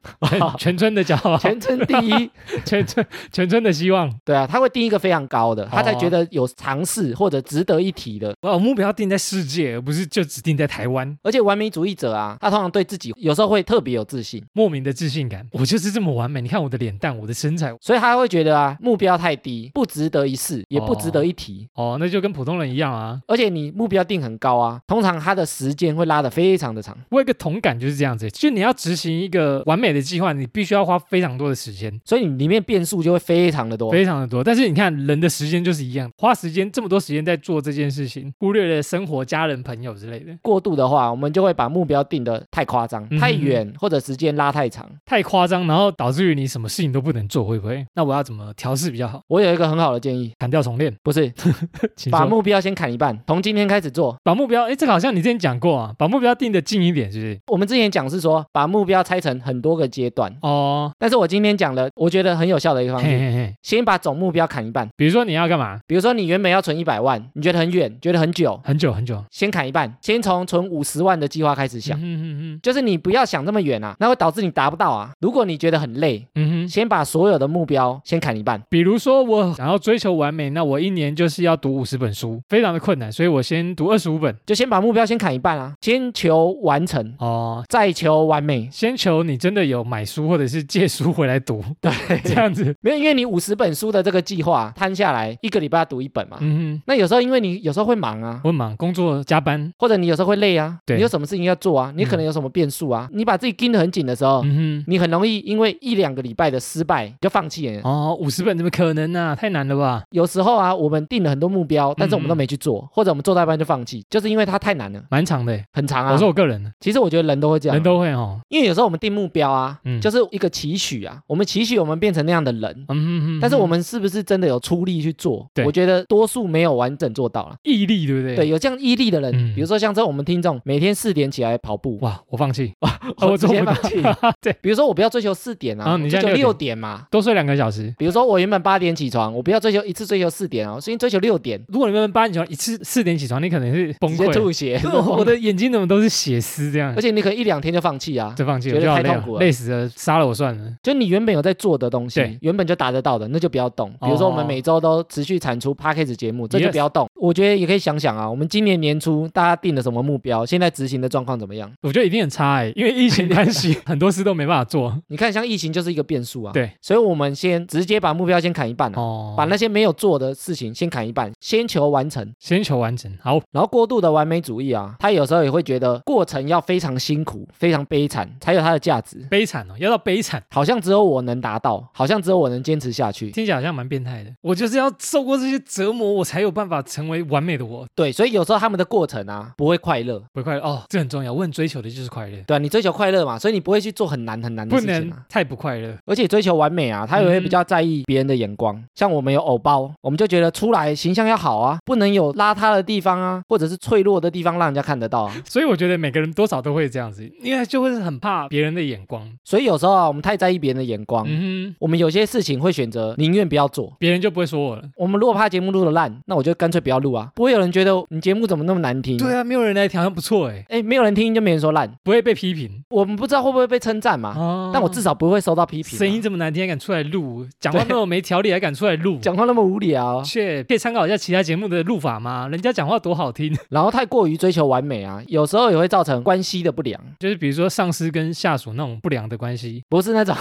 Speaker 1: 全全村的骄傲，全
Speaker 2: 全村第一，
Speaker 1: 全村全村的希望。
Speaker 2: 对啊，他会定一个非常高的，他才觉得有尝试或者值得一提的。
Speaker 1: 我目标定在世界，而不是就只定在台湾。
Speaker 2: 而且完美主义者啊，他通常对自己有时候会特别有自信，
Speaker 1: 莫名的自信感，我就是这么完美。你看我的脸蛋，我的身材，
Speaker 2: 所以他会觉得啊，目标太低，不值得一试，也不值得一提。
Speaker 1: 哦，那就跟普通人一样啊。
Speaker 2: 而且你目标定很高啊，通常他的时间会拉得非常的长。
Speaker 1: 我有一个同感就是这样子，就是你要执行一个完美的计划，你必须要花非常多的时间，
Speaker 2: 所以你里面变数就会非常的多。
Speaker 1: 非常的多。但是你看，人的时间就是一样，花时间这么多时间在做这件事情，忽略了生活、家人、朋友之类的，
Speaker 2: 过度的话，我们就会把目标定得太夸张、
Speaker 1: 嗯
Speaker 2: 太远，或者时间拉太长。
Speaker 1: 太夸张，然后导致于你什么事情都不能做，会不会？那我要怎么调试比较好？
Speaker 2: 我有一个很好的建议，
Speaker 1: 砍掉重 练，
Speaker 2: 不是
Speaker 1: 请
Speaker 2: 把
Speaker 1: 说。
Speaker 2: 目标先砍一半，从今天开始做。
Speaker 1: 把目标，哎，这个好像你之前讲过啊，把目标定的近一点，是不是？
Speaker 2: 我们之前讲是说把目标拆成很多个阶段，
Speaker 1: 哦，
Speaker 2: 但是我今天讲了，我觉得很有效的一个方
Speaker 1: 嘿
Speaker 2: 式，
Speaker 1: 嘿嘿，
Speaker 2: 先把总目标砍一半。
Speaker 1: 比如说你要干嘛？
Speaker 2: 比如说你原本要存一百万，你觉得很远，觉得很久，
Speaker 1: 很久很久，
Speaker 2: 先砍一半，先从存五十万的计划开始想。
Speaker 1: 嗯哼
Speaker 2: 就是你不要想这么远啊，那会导致你达不到啊。如果你觉得很累，
Speaker 1: 嗯哼嗯哼。
Speaker 2: 先把所有的目标先砍一半。
Speaker 1: 比如说我想要追求完美，那我一年就是要读五十本书，非常的困难，所以我先读二十五本。
Speaker 2: 就先把目标先砍一半啊，先求完成，
Speaker 1: 哦，
Speaker 2: 再求完美。
Speaker 1: 先求你真的有买书或者是借书回来读， 对，这样子，
Speaker 2: 没有，因为你五十本书的这个计划摊下来，一个礼拜要读一本嘛。
Speaker 1: 嗯
Speaker 2: 那有时候因为你有时候会忙啊
Speaker 1: 哼，，我很忙，工作加班，
Speaker 2: 或者你有时候会累啊，
Speaker 1: 对
Speaker 2: 你有什么事情要做啊，你可能有什么变数啊，你把自己盯得很紧的时候，
Speaker 1: 嗯哼。
Speaker 2: 你很容易因为一两个礼拜的失败你就放弃了。
Speaker 1: 哦，五十本怎么可能呢、啊？太难了吧？
Speaker 2: 有时候啊，我们定了很多目标，但是我们都
Speaker 1: 嗯
Speaker 2: 没去做，或者我们做到一半就放弃，就是因为它太难了，
Speaker 1: 蛮长的欸。
Speaker 2: 很长啊。
Speaker 1: 我说我个人，
Speaker 2: 其实我觉得人都会这样，
Speaker 1: 人都会哦。
Speaker 2: 因为有时候我们定目标啊，
Speaker 1: 嗯
Speaker 2: 就是一个期许啊，我们期许我们变成那样的人。
Speaker 1: 嗯哼哼，
Speaker 2: 但是我们是不是真的有出力去做？
Speaker 1: 对
Speaker 2: 我觉得多数没有完整做到了。
Speaker 1: 毅力，对不对？
Speaker 2: 对，。有这样毅力的人，
Speaker 1: 嗯
Speaker 2: 比如说像这我们听众，每天四点起来跑步，
Speaker 1: 哇，我放弃， 我
Speaker 2: 直
Speaker 1: 做
Speaker 2: 接
Speaker 1: 不
Speaker 2: 放
Speaker 1: 到
Speaker 2: 弃。
Speaker 1: 对，
Speaker 2: 比如说我不要追求四点啊，
Speaker 1: 啊
Speaker 2: 我
Speaker 1: 你
Speaker 2: 追
Speaker 1: 现在
Speaker 2: 求
Speaker 1: 六
Speaker 2: 六点嘛。
Speaker 1: 多睡两个小时。
Speaker 2: 比如说我原本八点起床，我不要追求一次追求四点啊，我先追求六点，
Speaker 1: 如果你们八点起床，一次四点起床，你可能是崩
Speaker 2: 直接
Speaker 1: 溃
Speaker 2: 吐
Speaker 1: 了。
Speaker 2: 血。
Speaker 1: 对 啊我我的眼睛怎么都是血丝这样
Speaker 2: 而？且你可能一两天就放弃啊，
Speaker 1: 就放弃了，
Speaker 2: 觉得
Speaker 1: 就好
Speaker 2: 太
Speaker 1: 累
Speaker 2: 痛苦
Speaker 1: 了，
Speaker 2: 了
Speaker 1: 累死了，杀了我算了。
Speaker 2: 就你原本有在做的东
Speaker 1: 对
Speaker 2: 西，原本就达得到的，那就不要动。比如说我们
Speaker 1: 哦
Speaker 2: 每周都持续产出 p a c k a g e 节目，这
Speaker 1: Yes
Speaker 2: 就不要动。我觉得也可以想想啊，我们今年年初大家定了什么目标，现在执行的状况怎么样？
Speaker 1: 我觉得一定很差哎，因为疫情关系， 很多事都没办法做。
Speaker 2: 你看，像疫情就是一个变数啊。
Speaker 1: 对，
Speaker 2: 所以我们先直接把目标先砍一半啊。
Speaker 1: 哦，
Speaker 2: 把那些没有做的事情先砍一半，先求完成，
Speaker 1: 先求完成，好，
Speaker 2: 然后过度的完美主义啊，他有时候也会觉得过程要非常辛苦、非常悲惨才有它的价值，
Speaker 1: 悲惨哦，要到悲惨，
Speaker 2: 好像只有我能达到，好像只有我能坚持下去。
Speaker 1: 听起来好像蛮变态的。我就是要受过这些折磨，我才有办法成为完美的我。
Speaker 2: 对，所以有时候他们的过程啊不会快乐，
Speaker 1: 不快乐哦，这很重要。我很追求的就是快乐，
Speaker 2: 对啊，你追求快乐嘛，所以你不会去做很难很难的
Speaker 1: 不
Speaker 2: 事情
Speaker 1: 能
Speaker 2: 啊。
Speaker 1: 太不快乐。
Speaker 2: 而且追求完美啊，他也会
Speaker 1: 嗯
Speaker 2: 比较在意别人的眼光。像我们有偶包，我们就觉得出来形象要好啊，不能有邋遢的地方啊，或者是脆弱的地方让人家看得到啊。
Speaker 1: 所以我觉得每个人多少都会这样子，因为就会很怕别人的眼光。
Speaker 2: 所以有时候啊，我们太在意别人的眼光，
Speaker 1: 嗯哼，
Speaker 2: 我们有些事情会选择宁愿不要做。
Speaker 1: 别人就不会说我了。
Speaker 2: 我们如果怕节目录的烂，那我就干脆不要录啊，不会有人觉得你节目怎么那么难听。
Speaker 1: 对
Speaker 2: 啊，
Speaker 1: 啊，没有人来挑战不错哎，
Speaker 2: 哎，没有人听就没人说烂，
Speaker 1: 不会被批评
Speaker 2: 我们不知道会不会被称赞嘛，
Speaker 1: 哦
Speaker 2: 啊但我至少不会收到批评啊、
Speaker 1: 声音这么难听还敢出来录，讲话
Speaker 2: 对
Speaker 1: 那么没条理还敢出来录。
Speaker 2: 讲话那么无聊，
Speaker 1: 切，可以参考一下其他节目的录法吗？人家讲话多好听，
Speaker 2: 然后太过于追求完美啊，有时候也会造成关系的不良，
Speaker 1: 就是比如说上司跟下属那种不良的关系，
Speaker 2: 不是 那种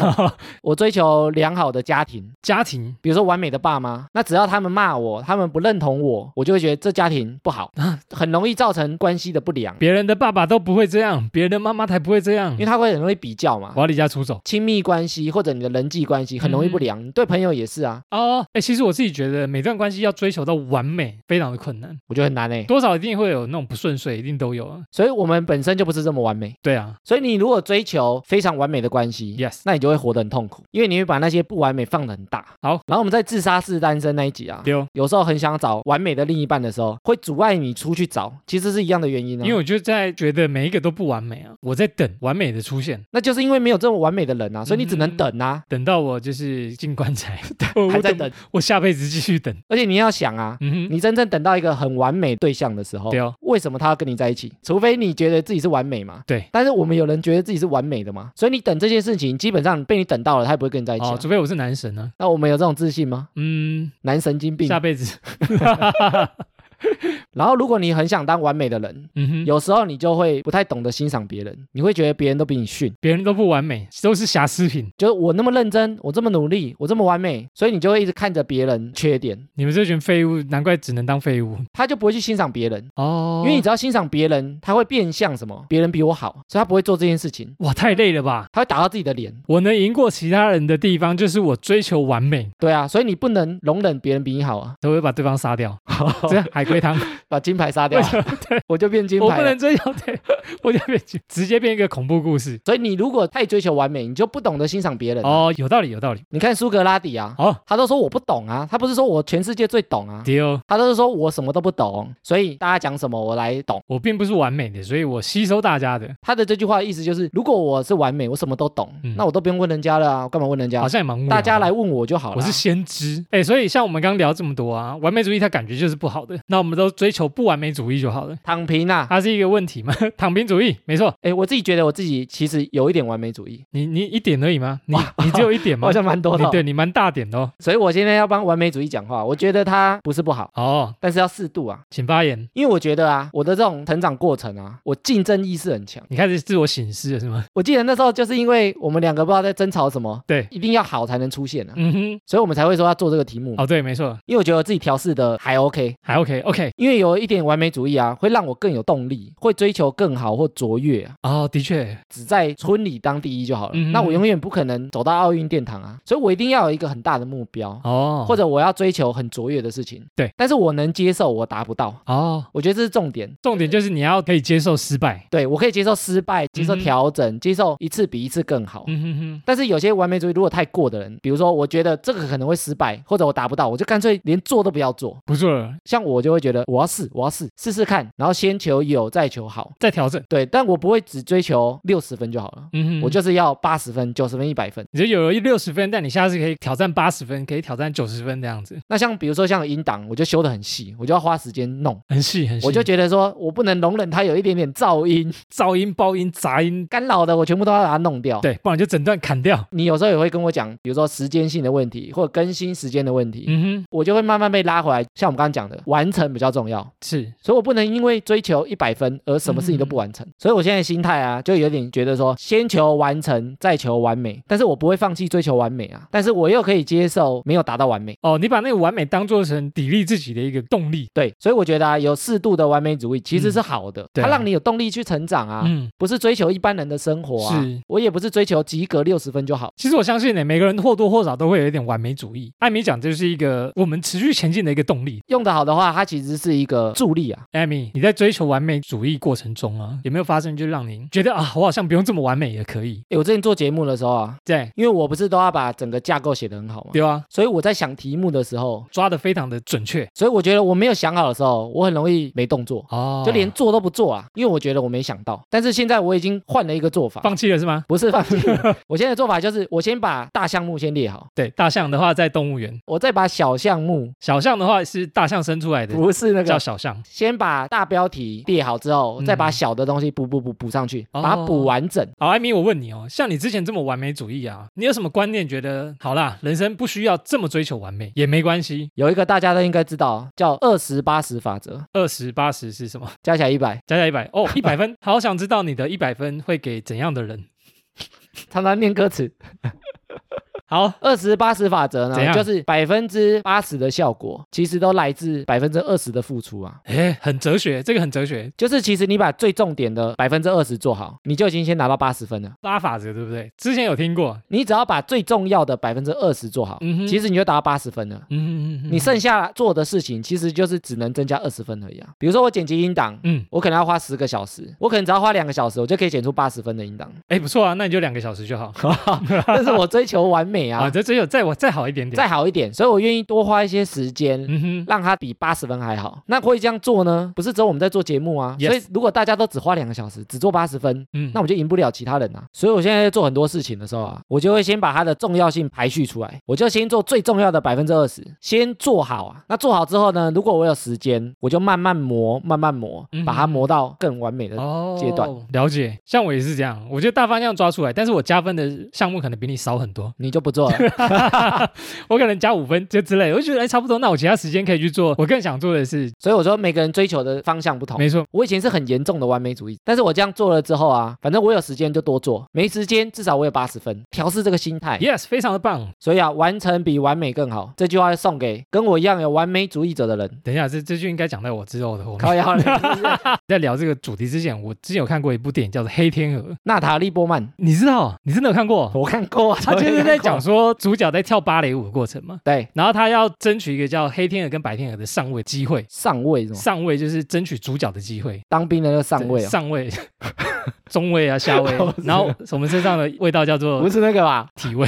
Speaker 2: 我追求良好的家庭，
Speaker 1: 家庭
Speaker 2: 比如说完美的爸妈，那只要他们骂我，他们不认同我，我就会觉得这家庭不好， 很容易造成关系的不良，
Speaker 1: 别人的爸爸都不会这样，别人的妈妈才不会这样
Speaker 2: 因为。他会很容易比较嘛
Speaker 1: 我。要离家出走
Speaker 2: 亲密关系或者你的人际关系很容易不良，
Speaker 1: 嗯
Speaker 2: 你对朋友也是啊，
Speaker 1: 哦。哎、其实我自己觉得每段关系要追求到完美，非常的困难，
Speaker 2: 我觉得很难哎、
Speaker 1: 多少一定会有那种不顺遂，一定都有啊。
Speaker 2: 所以我们本身就不是这么完美，
Speaker 1: 对啊
Speaker 2: 所以你如果追求非常完美的关系
Speaker 1: ，yes，
Speaker 2: 那你就会活得很痛苦，因为你会把那些不完美放得很大。
Speaker 1: 好，
Speaker 2: 然后我们在自杀式单身那一集啊，
Speaker 1: 丢、
Speaker 2: 有时候很想找完美的另一半的时候，会阻碍你出去找，其实是一样的原因啊。
Speaker 1: 因为我就在觉得每一个都不完美啊，我在等完美的出现，
Speaker 2: 那就是因为没有这么完美的人
Speaker 1: 嗯
Speaker 2: 啊，所以你只能等啊，
Speaker 1: 等到我就是进棺材，我我
Speaker 2: 还在
Speaker 1: 怎么
Speaker 2: 等。
Speaker 1: 我下辈子继续等。
Speaker 2: 而且你要想啊，
Speaker 1: 嗯哼，
Speaker 2: 你真正等到一个很完美对象的时候
Speaker 1: 对，哦，
Speaker 2: 为什么他要跟你在一起？除非你觉得自己是完美嘛。
Speaker 1: 对。
Speaker 2: 但是我们有人觉得自己是完美的嘛，所以你等这件事情，基本上被你等到了，他也不会跟你在一起啊、
Speaker 1: 哦，除非我是男神呢、
Speaker 2: 那我们有这种自信吗
Speaker 1: 啊，？嗯，
Speaker 2: 男神经病
Speaker 1: 下。辈子，
Speaker 2: 然后如果你很想当完美的人，
Speaker 1: 嗯哼，
Speaker 2: 有时候你就会不太懂得欣赏别人，你会觉得别人都比你逊，
Speaker 1: 别人都不完美，都是瑕疵品。
Speaker 2: 就是我那么认真，我这么努力，我这么完美，所以你就会一直看着别人缺点，
Speaker 1: 你们这群废物，难怪只能当废物
Speaker 2: 他就不会去欣赏别人。
Speaker 1: 哦
Speaker 2: 因为你只要欣赏别人，他会变相什么？别人比我好，所以他不会做这件事情，
Speaker 1: 哇，太累了吧？
Speaker 2: 他会打到自己的脸。
Speaker 1: 我能赢过其他人的地方，就是我追求完美，
Speaker 2: 对啊，所以你不能容忍别人比你好啊。
Speaker 1: 都会把对方杀掉，这样还龟汤，
Speaker 2: 把金牌杀掉， 我就变金
Speaker 1: 我
Speaker 2: 牌
Speaker 1: 不
Speaker 2: 了。
Speaker 1: 能追求，对， 我就变直接变一个恐怖故事。
Speaker 2: 所以你如果太追求完美，你就不懂得欣赏别人。
Speaker 1: 哦，有道理，有道理。
Speaker 2: 你看苏格拉底啊，
Speaker 1: 哦，
Speaker 2: 他都说我不懂啊，他不是说我全世界最懂啊，
Speaker 1: 丢，
Speaker 2: 他都是说我什么都不懂，所以大家讲什么我来懂。
Speaker 1: 我并不是完美的，所以我吸收大家的，
Speaker 2: 他的这句话的意思就是，如果我是完美，我什么都懂，
Speaker 1: 嗯
Speaker 2: 那我都不用问人家了啊，我干嘛问人家
Speaker 1: 好？像也蛮无聊的
Speaker 2: 大家来问我就好了。啊
Speaker 1: 我是先知，哎、所以像我们刚聊这么多啊，完美主义它感觉就是不好的，那我们都追求不完美主义就好了，
Speaker 2: 躺平啊！
Speaker 1: 它是一个问题嘛，嗯躺平主义，没错，
Speaker 2: 哎，我自己觉得我自己其实有一点完美主义，
Speaker 1: 你你一点而已吗？你你只有一点吗
Speaker 2: 好？像蛮多的
Speaker 1: 你
Speaker 2: 哦。
Speaker 1: 对你蛮大点的哦，
Speaker 2: 所以我今天要帮完美主义讲话，我觉得他不是不好，
Speaker 1: 哦，
Speaker 2: 但是要适度啊。
Speaker 1: 请发言，
Speaker 2: 因为我觉得啊，我的这种成长过程啊，我竞争意识很强。
Speaker 1: 你开始自我醒思了是吗？
Speaker 2: 我记得那时候就是因为我们两个不知道在争吵什么，
Speaker 1: 对，
Speaker 2: 一定要好才能出现啊，
Speaker 1: 嗯哼，
Speaker 2: 所以我们才会说要做这个题目。
Speaker 1: 哦对，没错，
Speaker 2: 因为我觉得我自己调试的还 OK，
Speaker 1: 还 OK OK，
Speaker 2: 因为有一点完美主义啊，会让我更有动力，会追求更好或卓越啊。
Speaker 1: 哦，的确，
Speaker 2: 只在村里当第一就好了，
Speaker 1: 嗯
Speaker 2: 那我永远不可能走到奥运殿堂啊，所以我一定要有一个很大的目标，
Speaker 1: 哦，
Speaker 2: 或
Speaker 1: 者
Speaker 2: 者我要追求很卓越的事情。
Speaker 1: 对，
Speaker 2: 但是我能接受我达不到，
Speaker 1: 哦，
Speaker 2: 我觉得这是重点。
Speaker 1: 重点就是你要可以接受失败，
Speaker 2: 对我可以接受失败，接受
Speaker 1: 嗯哼
Speaker 2: 调整，接受一次比一次更好。
Speaker 1: 嗯哼哼，
Speaker 2: 但是有些完美主义如果太过的人，比如说我觉得这个可能会失败，或者我达不到，我就干脆连做都不要做。
Speaker 1: 不做了，
Speaker 2: 像我就会觉得我要试，我要试试试看，然后先求有再求好。
Speaker 1: 再调整，
Speaker 2: 对，但我不会只追求六十分就好了，
Speaker 1: 嗯哼，
Speaker 2: 我就是要八十分、九十分、一百分。
Speaker 1: 你就有了一六十分，但你下次可以挑战八十分，可以挑战九十分这样子，
Speaker 2: 那像比如说像音档，我就修得很细，我就要花时间弄。
Speaker 1: 很细很细，
Speaker 2: 我就觉得说，我不能容忍它有一点点噪音
Speaker 1: 噪音、爆音、杂音，
Speaker 2: 干扰的，我全部都要把它弄掉。
Speaker 1: 对，不然就整段砍掉。
Speaker 2: 你有时候也会跟我讲，比如说时间性的问题或者更新时间的问题，
Speaker 1: 嗯哼，
Speaker 2: 我就会慢慢被拉回来。像我们刚刚讲的，完成比较重要，
Speaker 1: 是
Speaker 2: 所以我不能因为追求一百分而什么事情都
Speaker 1: 嗯
Speaker 2: 不完成。所以我现在心态啊，就有点觉得说，先求完成，再求完美。但是我不会放弃追求完美啊，但是我又可以接受没有达到完美。
Speaker 1: 哦，你把那个完美当做成砥砺自己的一个动力。
Speaker 2: 对，所以我觉得啊，有适度的完美主义其实是好的，
Speaker 1: 对啊
Speaker 2: 它让你有动力去成长啊。
Speaker 1: 嗯，
Speaker 2: 不是追求一般人的生活啊
Speaker 1: 是，
Speaker 2: 我也不是追求及格六十分就好。
Speaker 1: 其实我相信呢，每个人或多或少都会有一点完美主义。艾米讲，这是一个我们持续前进的一个动力。
Speaker 2: 用得好的话，它其实是一个助力啊。
Speaker 1: 艾米，你在追求完美主义过程中啊，有没有发生就让你觉得啊，我好像不用这么完美也可以？
Speaker 2: 诶我之前做节目的时候啊，
Speaker 1: 对，
Speaker 2: 因为我不是都要把整个架构写得很好嘛，
Speaker 1: 对啊，
Speaker 2: 所以我在想题目的时候，
Speaker 1: 抓的非常的准确
Speaker 2: 所以我觉得我没有想好的时候，我很容易没动作，
Speaker 1: 哦，
Speaker 2: 就连做都不做啊，因为我觉得我没想到。但是现在我已经换了一个做法，
Speaker 1: 放弃了是吗？
Speaker 2: 不是 放弃，我现在的做法就是我先把大项目先列好，
Speaker 1: 对，大象的话在动物园，
Speaker 2: 我再把小项目，
Speaker 1: 小象的话是大象生出来的，
Speaker 2: 不是那
Speaker 1: 叫
Speaker 2: 个。
Speaker 1: 小象。
Speaker 2: 先把大标题列好之后，
Speaker 1: 嗯
Speaker 2: 再把小的东西补补补补上去，
Speaker 1: 哦
Speaker 2: 把它补完整。
Speaker 1: 好，艾米，我问你哦，像你之前这么完美主义啊，你有什么观念觉得好啦，人生不需要这么追求完美也没关系？
Speaker 2: 有一个大家都应该知道，叫二十八十法则，
Speaker 1: 二十八十是什么？
Speaker 2: 加起来一百，
Speaker 1: 加加一百哦，一百分。好想知道你的一百分会给怎样的人？
Speaker 2: 常常念歌词。
Speaker 1: 好，
Speaker 2: 二十八十法则
Speaker 1: 怎
Speaker 2: 呢，
Speaker 1: 样
Speaker 2: 就是百分之八十的效果，其实都来自百分之二十的付出啊。
Speaker 1: 哎，很哲学，这个很哲学，
Speaker 2: 就是其实你把最重点的百分之二十做好，你就已经先拿到八十分了。
Speaker 1: 拉法则对不对？之前有听过，
Speaker 2: 你只要把最重要的百分之二十做好，
Speaker 1: 嗯哼，
Speaker 2: 其实你就达到八十分了。
Speaker 1: 嗯，嗯嗯嗯，
Speaker 2: 你剩下做的事情其实就是只能增加二十分而已啊。比如说我剪辑音档，
Speaker 1: 嗯，
Speaker 2: 我可能要花十个小时，我可能只要花两个小时，我就可以剪出八十分的 音档。
Speaker 1: 哎，不错啊，那你就两个小时就好。
Speaker 2: 但是我追求完美
Speaker 1: 啊，
Speaker 2: 啊，
Speaker 1: 这只有再我再好一点点。
Speaker 2: 再好一点，所以我愿意多花一些时间，
Speaker 1: 嗯哼，
Speaker 2: 让它比八十分还好。那会这样做呢？不是只有我们在做节目啊
Speaker 1: Yes
Speaker 2: 所以如果大家都只花两个小时，只做八十分，
Speaker 1: 嗯，
Speaker 2: 那我们就赢不了其他人啊。所以我现在在做很多事情的时候啊，我就会先把它的重要性排序出来，我就先做最重要的百分之二十，先做好啊。那做好之后呢，如果我有时间，我就慢慢磨，慢慢磨
Speaker 1: 嗯，
Speaker 2: 把它磨到更完美的。
Speaker 1: 哦
Speaker 2: 阶段
Speaker 1: 了解，像我也是这样，我觉得大方向抓出来，但是我加分的项目可能比你少很多，
Speaker 2: 你就不做了，
Speaker 1: 我可能加五分就之类的，我就觉得哎差不多，那我其他时间可以去做我更想做的事。
Speaker 2: 所以我说每个人追求的方向不同。
Speaker 1: 没错，
Speaker 2: 我以前是很严重的完美主义，但是我这样做了之后啊，反正我有时间就多做，没时间至少我有八十分，调试这个心态。
Speaker 1: ，yes，非常的棒。
Speaker 2: 所以啊，完成比完美更好，这句话送给跟我一样有完美主义者的 人。
Speaker 1: 等一下，这这句应该讲在我之后的后面。
Speaker 2: 靠腰了，
Speaker 1: 在聊这个主题之前，我之前有看过一部电影叫做《黑天鹅》，
Speaker 2: 娜塔莉波曼，
Speaker 1: 你知道？你真的有看过？
Speaker 2: 我看过啊，
Speaker 1: 他就是在讲讲说主角在跳芭蕾舞的过程嘛，
Speaker 2: 对，
Speaker 1: 然后他要争取一个叫黑天鹅跟白天鹅的上位机会。
Speaker 2: 上位是吗？
Speaker 1: 上位就是争取主角的机会，
Speaker 2: 当兵的那个上位
Speaker 1: 对
Speaker 2: 哦，
Speaker 1: 上位、 中位啊、下 位
Speaker 2: 哦，是
Speaker 1: 然后我们身上的味道叫做
Speaker 2: 不是那个吧？
Speaker 1: 体 位。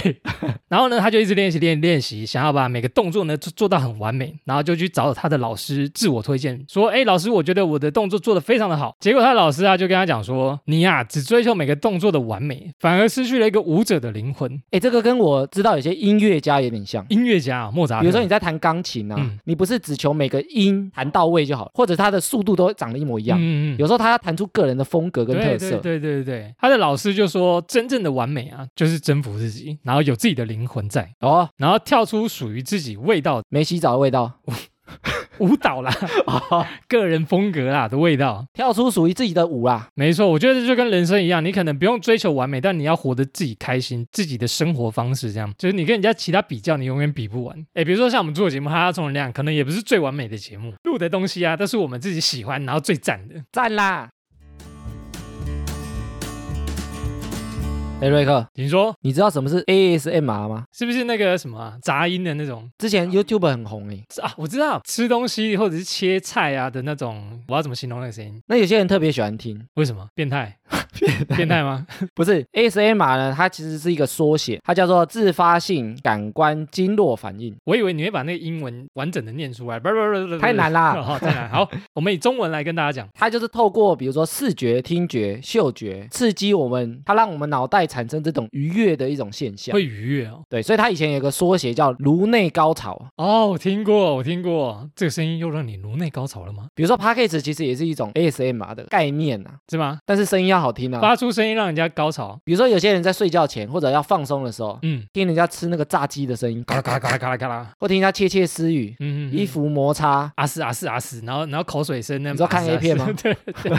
Speaker 1: 然后呢，他就一直练习练练习，想要把每个动作呢做做到很完美，然后就去找他的老师自我推荐，说：“哎，老师，我觉得我的动作做得非常的好。”结果他的老师啊就跟他讲说：“你呀、只追求每个动作的完美，反而失去了一个舞者的灵魂。
Speaker 2: 哎，这个跟我知道有些音乐家有点像。
Speaker 1: 音乐家、啊、莫扎特，
Speaker 2: 比如说你在弹钢琴啊，
Speaker 1: 嗯
Speaker 2: 你不是只求每个音弹到位就好，或者它的速度都长得一模一样。
Speaker 1: 嗯嗯嗯
Speaker 2: 有时候它要弹出个人的风格跟特
Speaker 1: 对
Speaker 2: 色。
Speaker 1: 对对对对，他的老师就说，真正的完美啊，就是征服自己，然后有自己的灵魂在，
Speaker 2: 哦，
Speaker 1: 然后跳出属于自己味道
Speaker 2: 没洗澡的 味道，
Speaker 1: 舞蹈啦，个人风格啦的味道。
Speaker 2: 跳出属于自己的舞啦。
Speaker 1: 没错，我觉得这就跟人生一样，你可能不用追求完美，但你要活得自己开心，自己的生活方式这样，就是你跟人家其他比较，你永远比不完。哎，比如说像我们做的节目《哈哈充能量》，可能也不是最完美的节目，录的东西啊，都是我们自己喜欢，然后最赞的。
Speaker 2: 赞啦！哎，瑞克，
Speaker 1: 你说
Speaker 2: 你知道什么是 ASMR 吗？
Speaker 1: 是不是那个什么啊、杂音的那种？
Speaker 2: 之前 YouTube 很红诶，
Speaker 1: 啊，我知道吃东西或者是切菜啊的那种，我要怎么形容那个声音？
Speaker 2: 那有些人特别喜欢听，
Speaker 1: 为什么？变态？ 变态吗？
Speaker 2: 不是 ASMR 呢？它其实是一个缩写，它叫做自发性感官经络反应。
Speaker 1: 我以为你会把那个英文完整的念出来， 不不不不不，
Speaker 2: 太难啦
Speaker 1: 好，太难。好，我们以中文来跟大家讲。
Speaker 2: 它就是透过比如说视觉、听觉、嗅觉刺激我们，它让我们脑袋产生这种愉悦的一种现象。
Speaker 1: 会愉悦哦，
Speaker 2: 对，所以它以前有个缩写叫颅内高潮。
Speaker 1: 哦，我听过，我听过，这个声音又让你颅内高潮了吗？
Speaker 2: 比如说 p a c k a g e 其实也是一种 ASMR 的概念啊，
Speaker 1: 是吗？
Speaker 2: 但是声音要好听啊。
Speaker 1: 发出声音让人家高潮，
Speaker 2: 比如说有些人在睡觉前或者要放松的时候，
Speaker 1: 嗯，
Speaker 2: 听人家吃那个炸鸡的声音，
Speaker 1: 嘎啦嘎啦嘎啦嘎啦嘎啦，
Speaker 2: 或听人家窃窃私语，
Speaker 1: 嗯，嗯嗯
Speaker 2: 衣服摩擦，
Speaker 1: 啊是啊是啊是，然后然后口水声啊呢？
Speaker 2: 你知道看 A 片吗
Speaker 1: 对对，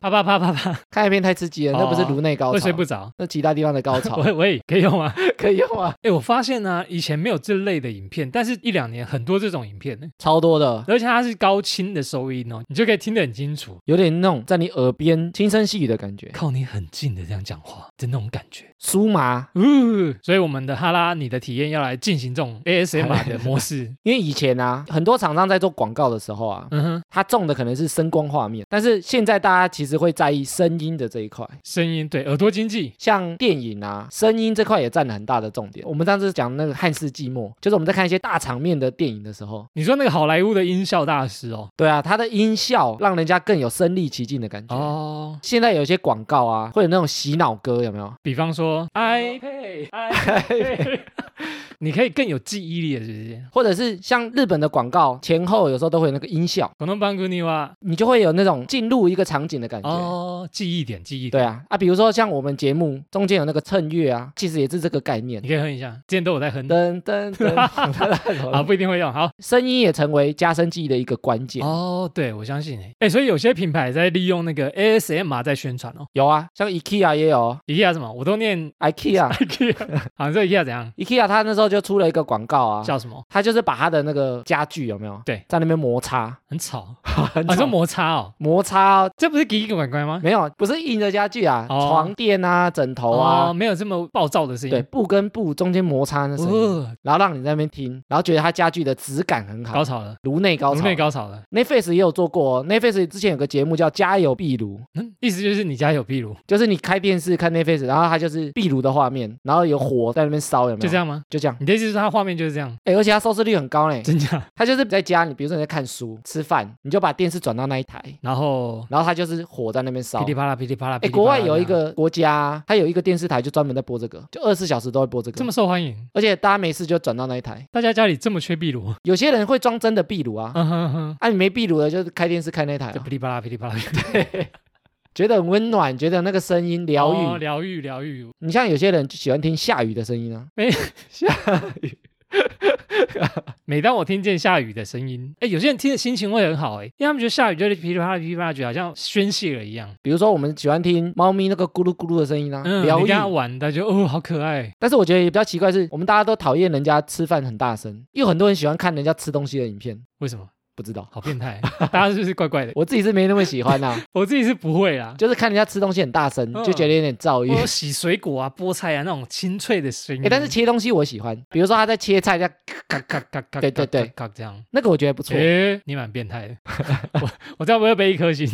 Speaker 1: 啪啪啪啪啪，
Speaker 2: 看一片太刺激了，那不是颅内高
Speaker 1: 哦会
Speaker 2: 潮
Speaker 1: 睡，不着。
Speaker 2: 那其他地方的 高潮
Speaker 1: 喂喂，可以用吗？
Speaker 2: 可以用啊，
Speaker 1: 哎，我发现呢、以前没有这类的影片，但是一两年很多这种影片呢，
Speaker 2: 超多的，
Speaker 1: 而且它是高清的收音哦，你就可以听得很清楚，
Speaker 2: 有点那种在你耳边轻声细语的感觉，
Speaker 1: 靠你很近的这样讲话的那种感觉。
Speaker 2: 酥麻。
Speaker 1: 呜，所以我们的哈拉，你的体验要来进行这种 ASMR 的模式。
Speaker 2: 因为以前啊，很多厂商在做广告的时候啊，
Speaker 1: 嗯哼，
Speaker 2: 它重的可能是声光画面，但是现在大家其实会在意声音的这一块。
Speaker 1: 声音对耳朵经济，
Speaker 2: 像电影啊，声音这块也占了很大的重点。我们上次讲那个《汉室寂寞》，就是我们在看一些大场面的电影的时候，
Speaker 1: 你说那个好莱坞的音效大师哦，
Speaker 2: 对啊，它的音效让人家更有身临其境的感觉。
Speaker 1: 哦，
Speaker 2: 现在有一些广告啊，会有那种洗脑歌，有没有？
Speaker 1: 比方说
Speaker 2: 哎
Speaker 1: I pay I pay，你可以更有记忆力了，是不是？
Speaker 2: 或者是像日本的广告前后有时候都会有那个音效，
Speaker 1: 广东班古尼哇，
Speaker 2: 你就会有那种进入一个场景的感觉。
Speaker 1: 哦，记忆点，记忆点，
Speaker 2: 对啊，啊，比如说像我们节目中间有那个衬乐啊，其实也是这个概念
Speaker 1: 你。可以哼一下，之前都有在哼。
Speaker 2: 噔 噔噔，
Speaker 1: 啊，
Speaker 2: 啊，
Speaker 1: 不一定会用好
Speaker 2: 声音也成为加深记忆的一个关键。
Speaker 1: 哦，对我相信哎、欸所以有些品牌在利用那个 ASMR 在宣传哦
Speaker 2: 有啊，像 IKEA 也有哦
Speaker 1: IKEA 什么我都念
Speaker 2: IKEA，IKEA
Speaker 1: IKEA，好像这 IKEA 怎样
Speaker 2: 它那时候就出了一个广告啊，
Speaker 1: 叫什么？
Speaker 2: 它就是把它的那个家具有没有？
Speaker 1: 对
Speaker 2: 在那边摩擦，
Speaker 1: 很吵，
Speaker 2: 很
Speaker 1: 好像、
Speaker 2: 吵
Speaker 1: 摩擦哦，
Speaker 2: 啊摩擦哦
Speaker 1: 这不是奇奇怪怪吗？
Speaker 2: 没有，不是硬的家具啊，
Speaker 1: 哦
Speaker 2: 床垫啊，枕头啊
Speaker 1: 哦，，没有这么暴躁的声音。
Speaker 2: 对，布跟布中间摩擦那声音，
Speaker 1: 哦，
Speaker 2: 然后让你在那边听，然后觉得它家具的质感很好
Speaker 1: 高，潮了，
Speaker 2: 颅内高
Speaker 1: 颅
Speaker 2: 潮
Speaker 1: 内。高潮了。
Speaker 2: Netflix 也有做过、哦、，Netflix 之前有个节目叫《家有壁炉》，
Speaker 1: 嗯，意思就是你家有壁炉，
Speaker 2: 就是你开电视看 Netflix，然后它就是壁炉的画面，然后有火在那边烧，有没有？
Speaker 1: 就这，样吗？
Speaker 2: 就这样。
Speaker 1: 你的意思是它画面就是这样？
Speaker 2: 哎、而且它收视率很 高嘞，
Speaker 1: 真假？
Speaker 2: 它就是在家，你比如说你在看书、吃饭，你就把电视转到那一台，
Speaker 1: 然后
Speaker 2: 然后它就是火在那边烧
Speaker 1: 噼。里啪啦，噼里啪啦。
Speaker 2: 哎、
Speaker 1: 噼里啪啦
Speaker 2: 国外有一
Speaker 1: 这样
Speaker 2: 个国家，它有一个电视台就专门在播这个，就二十四小时都会播这
Speaker 1: 这
Speaker 2: 个
Speaker 1: 么。受欢迎，
Speaker 2: 而且大家没事就转到那一台，
Speaker 1: 大家家里这么缺壁炉？
Speaker 2: 有些人会装真的壁炉啊，
Speaker 1: 嗯哼哼，
Speaker 2: 啊你没壁炉的，就是开电视看那一台啊、
Speaker 1: 这噼里啪啦，噼里啪啦，
Speaker 2: 觉得很温暖，觉得那个声音 疗愈。
Speaker 1: 哦疗愈，疗愈。
Speaker 2: 你像有些人就喜欢听下雨的声音啊，
Speaker 1: 每当我听见下雨的声音，哎，有些人听的心情会很好，哎，因为他们觉得下雨就是噼里啪啦，噼里啪啦，觉得好像宣泄了一样。
Speaker 2: 比如说我们喜欢听猫咪那个咕噜咕噜的声音啊，
Speaker 1: 嗯，
Speaker 2: 疗
Speaker 1: 你
Speaker 2: 愈
Speaker 1: 跟。他玩，他就哦，好可爱。
Speaker 2: 但是我觉得也比较奇怪是，我们大家都讨厌人家吃饭很大声，又很多人喜欢看人家吃东西的影片，
Speaker 1: 为什么？
Speaker 2: 不知道，
Speaker 1: 好变态，大家是不是怪怪的？
Speaker 2: 我自己是没那么喜欢 啦、
Speaker 1: 我自己是不会啦，
Speaker 2: 就是看人家吃东西很大声，
Speaker 1: 嗯
Speaker 2: 就觉得有点躁郁。
Speaker 1: 我有洗水果啊、菠菜啊那种清脆的声音
Speaker 2: 哎、，但是切东西我喜欢，比如说他在切菜，他
Speaker 1: 咔咔咔咔，
Speaker 2: 对对对
Speaker 1: 咔咔这样。
Speaker 2: 那个我觉得不错。
Speaker 1: 诶、你蛮变态的，我我这样不会被一颗星，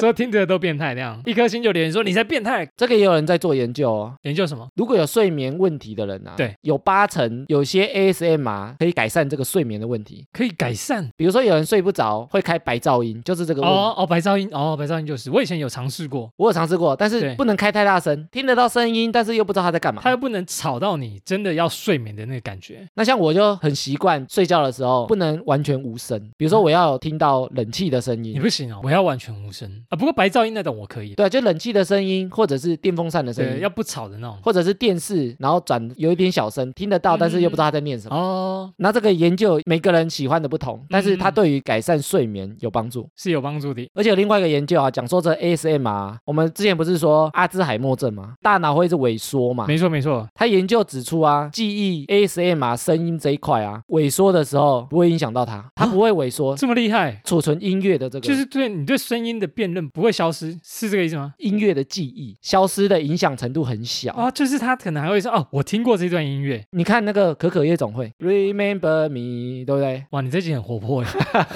Speaker 1: 说听着都变态那样，一颗星就留言说你才变态，
Speaker 2: 这个也有人在做研究哦。
Speaker 1: 研究什么？
Speaker 2: 如果有睡眠问题的人啊，
Speaker 1: 对，
Speaker 2: 有八成有些 ASM 啊可以改善这个睡眠的问题。
Speaker 1: 可以改善
Speaker 2: 比如说有人睡不着会开白噪音，就是这个问题。
Speaker 1: 哦哦，白噪音哦，白噪音就是我以前有尝试过，
Speaker 2: 我有尝试过，但是
Speaker 1: 对
Speaker 2: 不能开太大声，听得到声音，但是又不知道他在干嘛
Speaker 1: 它。又不能吵到你真的要睡眠的那个感觉，
Speaker 2: 那像我就很习惯睡觉的时候不能完全无声，比如说我要有听到冷气的声
Speaker 1: 你
Speaker 2: 音，
Speaker 1: 不行哦，我要完全无声啊。不过白噪音那种我可以，
Speaker 2: 对，就冷气的声音，或者是电风扇的声
Speaker 1: 对，
Speaker 2: 音
Speaker 1: 要，不吵的那种
Speaker 2: 或者是电视，然后转有一点小声，听得到，但是又不知道他在念什么。
Speaker 1: 哦，
Speaker 2: 那这个研究每个人喜欢的不
Speaker 1: 嗯
Speaker 2: 同，但是它对于改善睡眠有帮助。
Speaker 1: 是有帮助的。
Speaker 2: 而且有另外一个研究啊，讲说这 ASM 啊，我们之前不是说阿兹海默症吗？大脑会一直萎缩嘛。
Speaker 1: 没错没错，
Speaker 2: 他研究指出啊，记忆 ASM 啊声音这一块啊，萎缩的时候不会影响到它，它不会萎缩。
Speaker 1: 这么厉害，
Speaker 2: 储存音乐的这个
Speaker 1: 哦就是对你对声音的辨认不会消失，是这个意思吗？
Speaker 2: 音乐的记忆消失的影响程度很小。
Speaker 1: 哦，就是他可能还会说哦，我听过这段音乐，
Speaker 2: 你看那个可可夜总会，Remember Me，对不对？
Speaker 1: 哇，你这集很活泼欸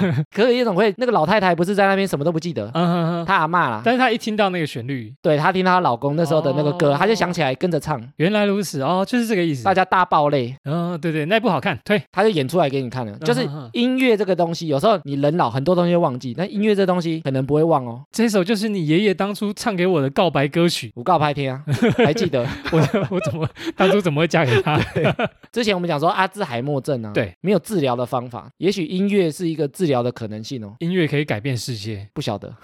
Speaker 1: 耶，
Speaker 2: 可可夜总会那个老太太不是在那边什么都不记得，
Speaker 1: 嗯哼哼。
Speaker 2: 她阿嬷啦，
Speaker 1: 但是他一听到那个旋律，
Speaker 2: 对她听到她老公那时候的那个歌，
Speaker 1: 哦
Speaker 2: 她就想起来跟着唱，
Speaker 1: 原来如此哦，就是这个意思
Speaker 2: 大。家大爆泪，
Speaker 1: 嗯、对对，那部好看，推
Speaker 2: 她就演出来给你看了。就是
Speaker 1: 嗯嗯嗯
Speaker 2: 音乐这个东西，有时候你人老很多东西会忘记，但音乐这东西可能不会忘哦。
Speaker 1: 这首就是你爷爷当初唱给我的告白歌曲，
Speaker 2: 我告拍天啊，还记 得
Speaker 1: 我我怎么当初怎么会嫁给他？
Speaker 2: 之前我们讲说阿兹海默症啊，
Speaker 1: 对，
Speaker 2: 没有治疗的方法，也许音乐是一个治疗的可能性哦，
Speaker 1: 音乐可以改变世界，
Speaker 2: 不晓得，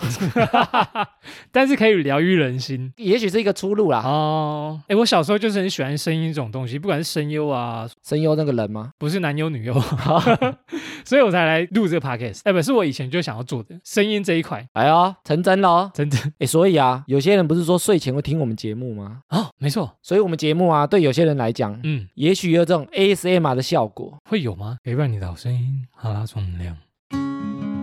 Speaker 1: 但是可以疗愈人心。
Speaker 2: 也许是一个出路啦。
Speaker 1: 哦，哎，我小时候就是很喜欢声音这种东西，不管是声优啊，
Speaker 2: 声优那个人吗？
Speaker 1: 不是男优女优， 所以我才来录这个 podcast。哎，不是我以前就想要做的声音这一块，
Speaker 2: 哎呦，成 真喽！
Speaker 1: 真的
Speaker 2: 哎，所以啊，有些人不是说睡前会听我们节目吗？
Speaker 1: 哦，没错，
Speaker 2: 所以我们节目啊，对有些人来讲，
Speaker 1: 嗯，
Speaker 2: 也许有这种 ASMR 的效果。
Speaker 1: 会有吗？陪伴你的好声音，哈拉充能量。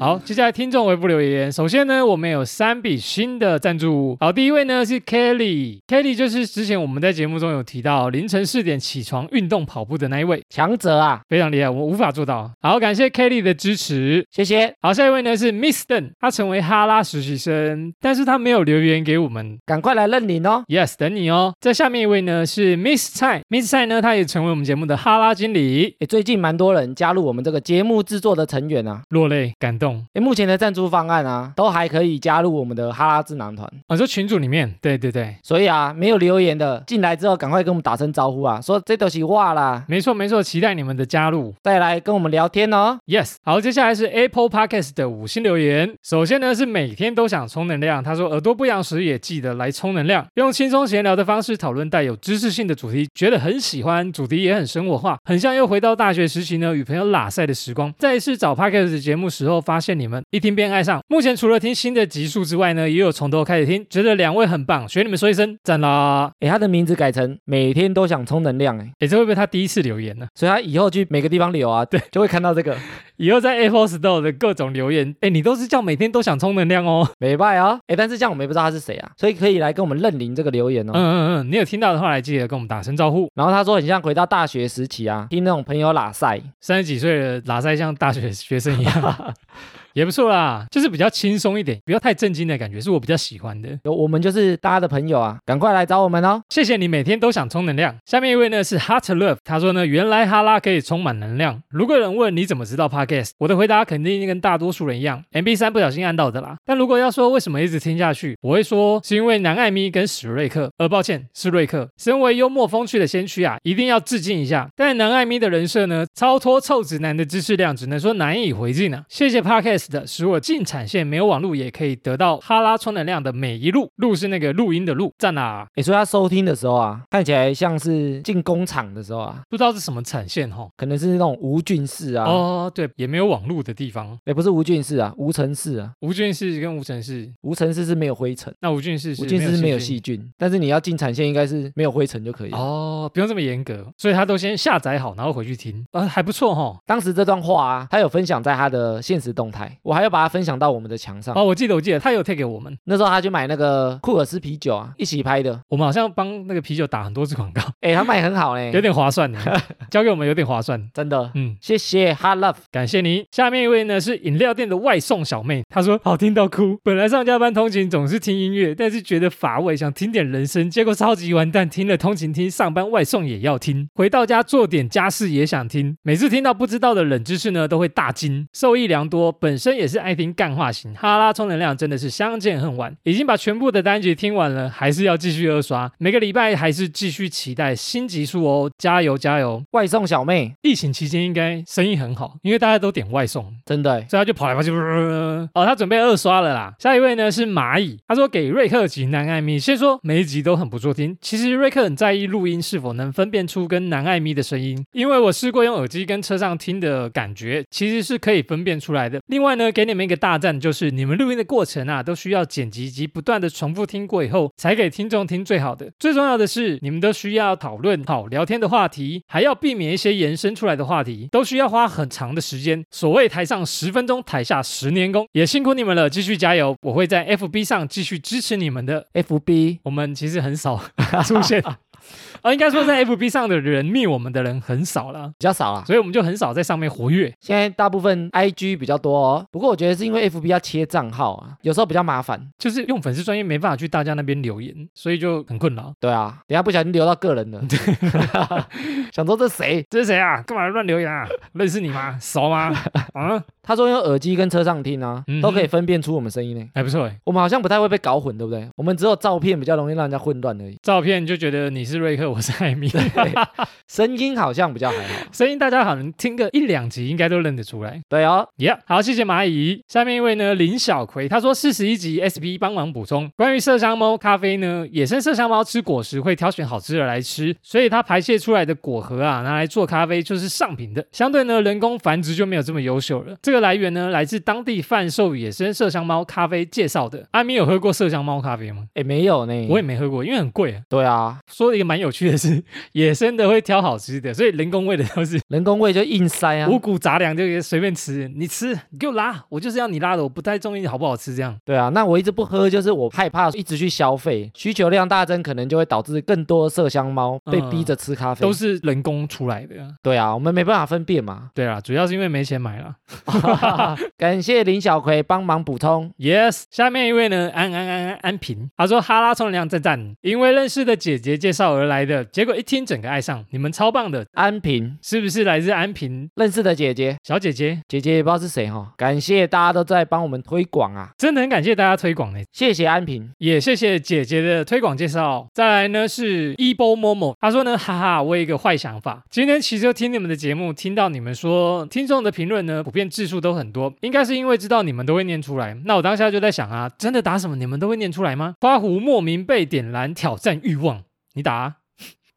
Speaker 1: 好，接下来听众回复留言。首先呢，我们有三笔新的赞助。好，第一位呢是 Kelly，Kelly 就是之前我们在节目中有提到凌晨四点起床运动跑步的那一位，
Speaker 2: 强者啊，
Speaker 1: 非常厉害，我无法做到。好，感谢 Kelly 的支持。
Speaker 2: 谢谢，
Speaker 1: 好，下一位呢是 Miss Den，他成为哈拉实习生，但是他没有留言给我们，
Speaker 2: 赶快来认领哦。
Speaker 1: Yes，等你哦。在下面一位呢是 Miss 蔡，Miss 蔡呢，她也成为我们节目的哈拉经理，
Speaker 2: 诶，最近蛮多人加入我们这个节目制作的成员啊。
Speaker 1: 落泪感动。
Speaker 2: 诶，目前的赞助方案啊，都还可以加入我们的哈拉智囊团。
Speaker 1: 我、哦、说群组里面，对对对，
Speaker 2: 所以啊，没有留言的进来之后，赶快跟我们打声招呼啊，说这都是话啦，
Speaker 1: 没错没错，期待你们的加入。
Speaker 2: 再来跟我们聊天哦。
Speaker 1: Yes，好，接下来是 Apple Podcast 的五星留言。首先呢是每天都想充能量，他说耳朵不痒时也记得来充能量，用轻松闲聊的方式讨论带有知识性的主题，觉得很喜欢，主题也很生活化，很像又回到大学时期呢与朋友拉塞的时光。再一次找 Podcast 节目时候，发现你们一听便爱上。目前除了听新的集数之外呢，也有从头开始听，觉得两位很棒，学你们说一声赞啦。
Speaker 2: 诶，他的名字改成每天都想充能量，诶，
Speaker 1: 诶，这会不会他第一次留言呢？
Speaker 2: 所以他以后去每个地方旅游啊， 对，就会看到这个，
Speaker 1: 以后在 Apple Store 的各种留言，诶，你都是叫每天都想充能量哦。
Speaker 2: 美拜哦。诶，但是这样我们也不知道他是谁啊，所以可以来跟我们认领这个留言哦。
Speaker 1: 嗯嗯嗯，你有听到的话，来记得跟我们打声招呼。
Speaker 2: 然后他说很像回到大学时期啊，听那种朋友拉塞，
Speaker 1: 三十几岁的拉塞像大学学生一样，也不错啦，就是比较轻松一点，不要太震惊的感觉，是我比较喜欢的。
Speaker 2: 有我们就是大家的朋友啊，赶快来找我们哦。
Speaker 1: 谢谢你每天都想充能量。下面一位呢是 Heart Love，他说呢，原来哈拉可以充满能量。如果有人问你怎么知道 Podcast，我的回答肯定跟大多数人一样，MB 三不小心按到的啦。但如果要说为什么一直听下去，我会说是因为南艾咪跟史瑞克，呃，抱歉是瑞克。身为幽默风趣的先驱啊，一定要致敬一下。但南艾咪的人设呢，超脱臭直男的知识量，只能说难以回敬啊。谢谢 Podcast Podcast 使我进产线没有网路也可以得到哈拉充能量的每一路，路是那个录音的路，啊在哪、
Speaker 2: 你说他收听的时候啊，看起来像是进工厂的时候啊，
Speaker 1: 不知道是什么产线哈。
Speaker 2: 可能是那种无菌室啊，
Speaker 1: 哦，对，也没有网路的地方。
Speaker 2: 也不是无菌室啊，无尘室啊，
Speaker 1: 无菌室跟无尘室，
Speaker 2: 无尘室是没有灰尘，
Speaker 1: 那无菌室是
Speaker 2: 无菌室是没有细
Speaker 1: 菌。
Speaker 2: 菌，但是你要进产线应该是没有灰尘就可以了。
Speaker 1: 哦，不用这么严格，所以他都先下载好，然后回去听，啊，还不错哈。
Speaker 2: 当时这段话啊，他有分享在他的现实动态，我还要把它分享到我们的墙上。
Speaker 1: 哦，我记得，我记得，他有推给我们，
Speaker 2: 那时候他去买那个库尔斯啤酒啊，一起拍的，
Speaker 1: 我们好像帮那个啤酒打很多次广告，
Speaker 2: 哎，他卖很好嘞，
Speaker 1: 有点划 算呢，交给我们有点划算。
Speaker 2: 真的。
Speaker 1: 嗯，
Speaker 2: 谢谢 h Love，
Speaker 1: 感谢你。下面一位呢是饮料店的外送小妹，她说好听到哭。本来上下班通勤总是听音乐，但是觉得乏味，想听点人声，结果超级完蛋，听了通勤听，上班外送也要听，回到家做点家事也想听。每次听到不知道的冷知识呢，都会大惊，受益良多。本身也是爱听干话型，哈拉充能量真的是相见恨晚。已经把全部的单集听完了，还是要继续二刷，每个礼拜还是继续期待新集数哦，加油加油！
Speaker 2: 外送小妹，
Speaker 1: 疫情期间应该生意很好，因为大家都点外送，
Speaker 2: 真的欸，
Speaker 1: 所以他就跑来跑去。哦，他准备二刷了啦。下一位呢是蚂蚁，他说给瑞克及南艾米，先说每一集都很不错听。其实瑞克很在意录音是否能分辨出跟南艾米的声音，因为我试过用耳机跟车上听的感觉，其实是可以分辨出来的。另外呢，给你们一个大赞，就是你们录音的过程啊，都需要剪辑及不断的重复听过以后，才给听众听最好的。最重要的是，你们都需要讨论好聊天的话题，还要避免一些延伸出来的话题，都需要花很长的时间。所谓台上十分钟，台下十年功，也辛苦你们了，继续加油！我会在 FB 上继续支持你们的。
Speaker 2: FB
Speaker 1: 我们其实很少 出现。啊，应该说在 FB 上的人密我们的人很少啦，
Speaker 2: 比较少啊啦。
Speaker 1: 所以我们就很少在上面活跃。
Speaker 2: 现在大部分 IG 比较多哦，不过我觉得是因为 FB 要切账号啊，有时候比较麻烦。
Speaker 1: 就是用粉丝专业没办法去大家那边留言，所以就很困扰。
Speaker 2: 对啊，等一下不小心留到 个人了， 想说这谁？
Speaker 1: 这是谁啊？干嘛乱留 言啊？认识你吗？熟 吗？啊，
Speaker 2: 他说用耳机跟车上听啊，
Speaker 1: 嗯哼
Speaker 2: 都可以分辨出我们声音呢。
Speaker 1: 还不错哎。
Speaker 2: 我们好像不太会被搞混，对不对？我们只有照片比较容易让人家混乱而已，
Speaker 1: 照片就觉得你是瑞克，我是艾 米。
Speaker 2: 声音好像比较还 好。
Speaker 1: 声音大家好能听个一两集，应该都认得出来。
Speaker 2: 对哦，
Speaker 1: 耶、好，谢谢蚂蚁。下面一位呢，林小葵，他说四十一集 SP 帮忙补充，关于麝香猫咖啡呢，野生麝香猫吃果实会挑选好吃的来吃，所以它排泄出来的果核啊，拿来做咖啡就是上品的。相对呢，人工繁殖就没有这么优秀了。这个来源呢，来自当地贩售野生麝香猫咖啡介绍的。阿咪有喝过麝香猫咖啡吗？
Speaker 2: 哎，没有呢。
Speaker 1: 我也没喝过，因为很贵、啊。
Speaker 2: 对啊，
Speaker 1: 说了一个蛮有趣的是， 野生的会挑好吃的，所以人工喂的都是
Speaker 2: 人工喂就硬塞啊
Speaker 1: 五。谷杂粮就给随便吃，你吃你给我拉，我就是要你拉的，我不太中意好不好吃这样。
Speaker 2: 对啊，那我一直不喝，就是我害怕一直去消费，需求量大增，可能就会导致更多麝香猫
Speaker 1: 嗯
Speaker 2: 被逼着吃咖啡。
Speaker 1: 都是人工出来的，
Speaker 2: 对啊，我们没办法分 辨嘛。
Speaker 1: 对啊啦，主要是因为没钱买啦。
Speaker 2: 感谢林小葵帮忙补充，
Speaker 1: Yes，下面一位呢，安安安安安平，他说哈拉充能量赞赞，因为认识的姐姐介绍而来的，结果一听整个爱上，你们超棒的，
Speaker 2: 安平
Speaker 1: 是不是来自安平
Speaker 2: 认识的姐姐，
Speaker 1: 小姐姐？
Speaker 2: 姐姐也不知道是谁哈、哦。感谢大家都在帮我们推广啊，
Speaker 1: 真的很感谢大家推广呢，
Speaker 2: 谢谢安平。
Speaker 1: 也谢谢姐姐的推广介绍。再来呢是 Ebo Momo，他说呢，哈哈，我有一个坏想法，今天其实就听你们的节目，听到你们说听众的评论呢，普遍字数都很多，应该是因为知道你们都会念出来。那我当下就在想啊，真的打什么你们都会念出来吗？花狐莫名被点燃挑战欲望，你打啊、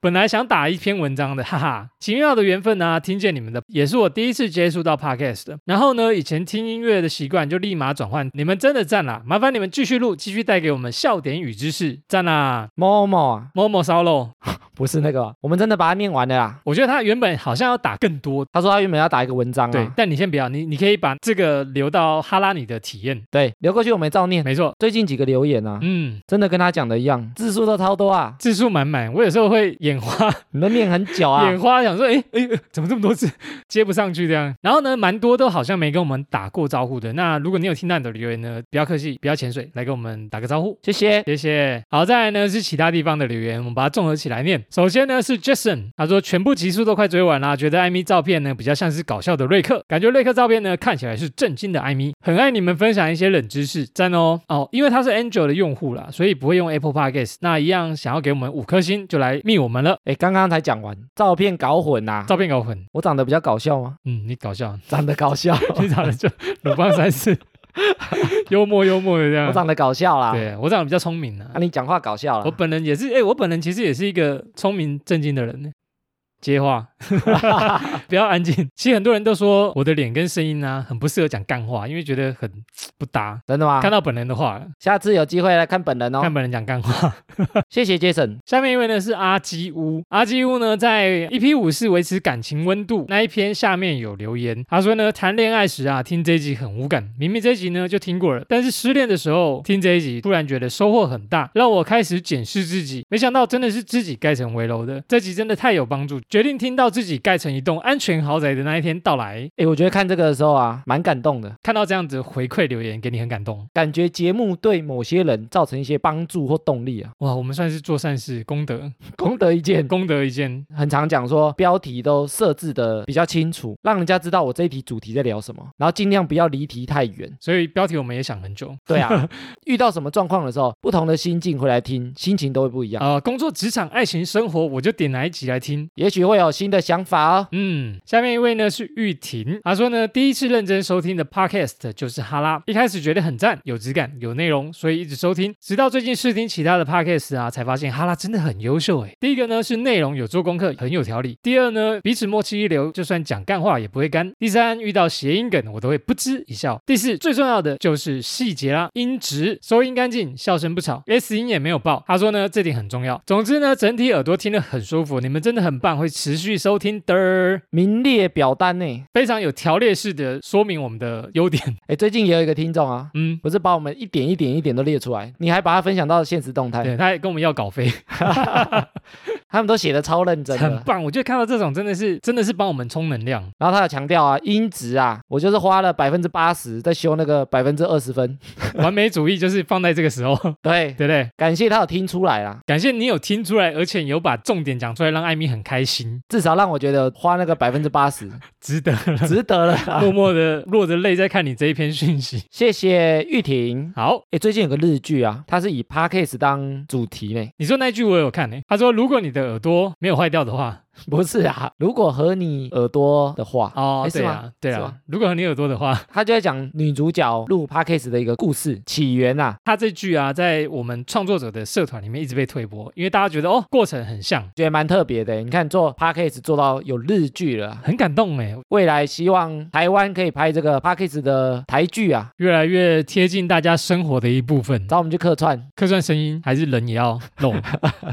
Speaker 1: 本来想打一篇文章的，哈 哈，奇妙的缘分啊！听见你们的，也是我第一次接触到 podcast 的。然后呢，以前听音乐的习惯就立马转换，你们真的赞啦！麻烦你们继续录，继续带给我们笑点与知识，赞啦！
Speaker 2: 某某啊，
Speaker 1: 某某烧肉，
Speaker 2: 不是那个啊，我们真的把它念完了啦。
Speaker 1: 我觉得他原本好像要打更多，
Speaker 2: 他说他原本要打一个文章
Speaker 1: 对，
Speaker 2: 啊，
Speaker 1: 但你先不要，你你可以把这个留到哈拉你的体验，
Speaker 2: 对，留过去我们照念。
Speaker 1: 没错，
Speaker 2: 最近几个留言啊，
Speaker 1: 嗯，
Speaker 2: 真的跟他讲的一样，字数都超多啊，
Speaker 1: 字数满满，我有时候会眼花
Speaker 2: 你们念很久啊
Speaker 1: 眼。花想说，哎哎，呃怎么这么多字 接不上去这样？然后呢，蛮多都好像没跟我们打过招呼的。那如果你有听到你的留言呢，不要客气，不要潜水，来跟我们打个招呼。
Speaker 2: 谢谢。
Speaker 1: 谢谢。好，再来呢是其他地方的留言，我们把它综合起来念。荐。首先呢是 Jason，他说全部集数都快追完啦，觉得艾米照片呢比较像是搞笑的瑞克，感觉瑞克照片呢看起来是震惊的艾米，很爱你们分享一些冷知识，赞哦哦，因为他是 Android 的用户啦，所以不会用 Apple Podcast，那一样想要给我们五颗星就来密我们了，
Speaker 2: 哎，刚刚才讲完，照片搞混呐、
Speaker 1: 照片搞混，
Speaker 2: 我长得比较搞笑吗？
Speaker 1: 嗯，你搞 笑，
Speaker 2: 长得 搞笑，
Speaker 1: 你长得就鲁邦三世， 幽默幽默的这样，
Speaker 2: 我长得搞笑啦。
Speaker 1: 对我长得比较聪明啊
Speaker 2: 啊，，你讲话搞笑
Speaker 1: 我
Speaker 2: 啦。
Speaker 1: 本人也是，哎、我本人其实也是一个聪明正经的人呢。接 话，不要安静。其实很多人都说我的脸跟声音呢、很不适合讲干话，因为觉得很不搭。
Speaker 2: 真的吗
Speaker 1: 看？到本人的话了，
Speaker 2: 下次有机会来看本人哦
Speaker 1: 看。本人讲干话。
Speaker 2: 谢谢 Jason。
Speaker 1: 下面一位呢是阿基乌，阿基乌呢在 EP 五是维持感情温度那一篇下面有留言，他说呢谈恋爱时啊听这一集很无感，明明这一集呢就听过了，但是失恋的时候听这一集，突然觉得收获很大，让我开始检视自己，没想到真的是自己盖成围楼的，这集真的太有帮助，决定听到自己盖成一栋安全豪宅的那一天到来，
Speaker 2: 哎，我觉得看这个的时候啊，蛮感动的，
Speaker 1: 看到这样子的回馈留言，给你很感动。
Speaker 2: 感觉节目对某些人造成一些帮助或动力啊，
Speaker 1: 哇，我们算是做善事，功德，
Speaker 2: 功德一件。
Speaker 1: 功德一件。
Speaker 2: 很常讲说标题都设置的比较清楚，让人家知道我这一题主题在聊什么，然后尽量不要离题太远。
Speaker 1: 所以标题我们也想很久，
Speaker 2: 对 啊，遇到什么状况的时候，不同的心境回来听，心情都会不一样，
Speaker 1: 啊、工作、职场、爱情、生活，我就点哪一集来听。
Speaker 2: 也许会有新的想法哦。
Speaker 1: 嗯，下面一位呢是玉婷，她说呢，第一次认真收听的 podcast 就是哈拉，一开始觉得很赞，有质感，有内容，所以一直收听，直到最近试听其他的 podcast 啊，才发现哈拉真的很优秀诶。第一个呢是内容有做功课，很有条理；第二呢，彼此默契一流，就算讲干话也不会干；第三，遇到谐音梗我都会不嗤一笑；第四，最重要的就是细节啦，音质、收音干净，笑声不吵，S 音也没有爆。他说呢，这点很重要。总之呢，整体耳朵听得很舒服，你们真的很棒，会持续收听的儿。
Speaker 2: 名列表单呢？
Speaker 1: 非常有条列式的说明我们的优点。
Speaker 2: 哎，最近也有一个听众啊，
Speaker 1: 嗯，
Speaker 2: 不是把我们一点一点一点都列出来，你还把它分享到现实动态，
Speaker 1: 对，他也跟我们要稿费，
Speaker 2: 他们都写的超认真
Speaker 1: 很
Speaker 2: 的。
Speaker 1: 棒。我觉得看到这种真的是真的是帮我们充能量。
Speaker 2: 然后他有强调啊，音质啊，我就是花了百分之八十在修那个百分之二十分。
Speaker 1: 完美主义就是放在这个时候，
Speaker 2: 对，
Speaker 1: 对不对？
Speaker 2: 感谢他有听出来啊啦，
Speaker 1: 感谢你有听出来，而且有把重点讲出来，让艾米很开心，
Speaker 2: 至少让我觉得花那个百分之八十
Speaker 1: 值得了。
Speaker 2: 值得了啦。
Speaker 1: 默默的落着泪在看你这一篇讯 息。
Speaker 2: 谢谢玉婷。
Speaker 1: 好，
Speaker 2: 哎，最近有个日剧啊，它是以 podcast 当主题呢，
Speaker 1: 你说那句我有看呢、他说如果你的耳朵没有坏掉的话，
Speaker 2: 不是啊？如果和你耳朵的话，
Speaker 1: 哦
Speaker 2: 诶，哎是
Speaker 1: 对
Speaker 2: 吗
Speaker 1: 啊，对
Speaker 2: 是
Speaker 1: 啊
Speaker 2: 吗，
Speaker 1: 如果你耳朵的话，
Speaker 2: 他就在讲女主角录 podcast 的一个故事起源啊，
Speaker 1: 他这句啊，在我们创作者的社团里面一直被推播，因为大家觉得哦，过程很像，
Speaker 2: 觉得蛮特别的。你看做 podcast 做到有日剧了啊。
Speaker 1: 很感动哎，
Speaker 2: 未来希望台湾可以拍这个 p a c k a g e 的台剧啊，
Speaker 1: 越来越贴近大家生活的一部 分。
Speaker 2: 找我们去客串。
Speaker 1: 客串声音还是人也要 露，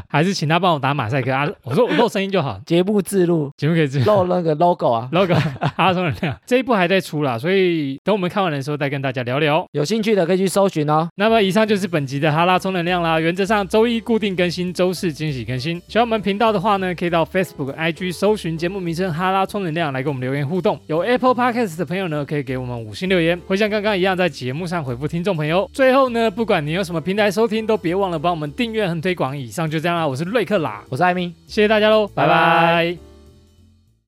Speaker 1: 还是请他帮我打马赛克啊？我说我露声音就好，
Speaker 2: 节目自录
Speaker 1: 节目可以这样。
Speaker 2: 露那个 logo 啊，
Speaker 1: logo 阿松能量这一部还在出啦，所以等我们看完的时候再跟大家聊聊。
Speaker 2: 有兴趣的可以去搜寻哦。
Speaker 1: 那么以上就是本集的哈拉充能量啦。原则上周一固定更新，周四惊喜更新。喜欢我们频道的话呢，可以到 Facebook、IG 搜寻节目名称“哈拉充能量”来跟我们留言互动。有 Apple Podcast 的朋友呢，可以给我们五星留言，会像刚刚一样在节目上回复听众朋友。最后呢，不管你用什么平台收听，都别忘了帮我们订阅和推广。以上就这样啦，我是瑞克啦，
Speaker 2: 我是艾米。
Speaker 1: 谢谢大家喽，拜
Speaker 2: 拜
Speaker 1: 拜
Speaker 2: 拜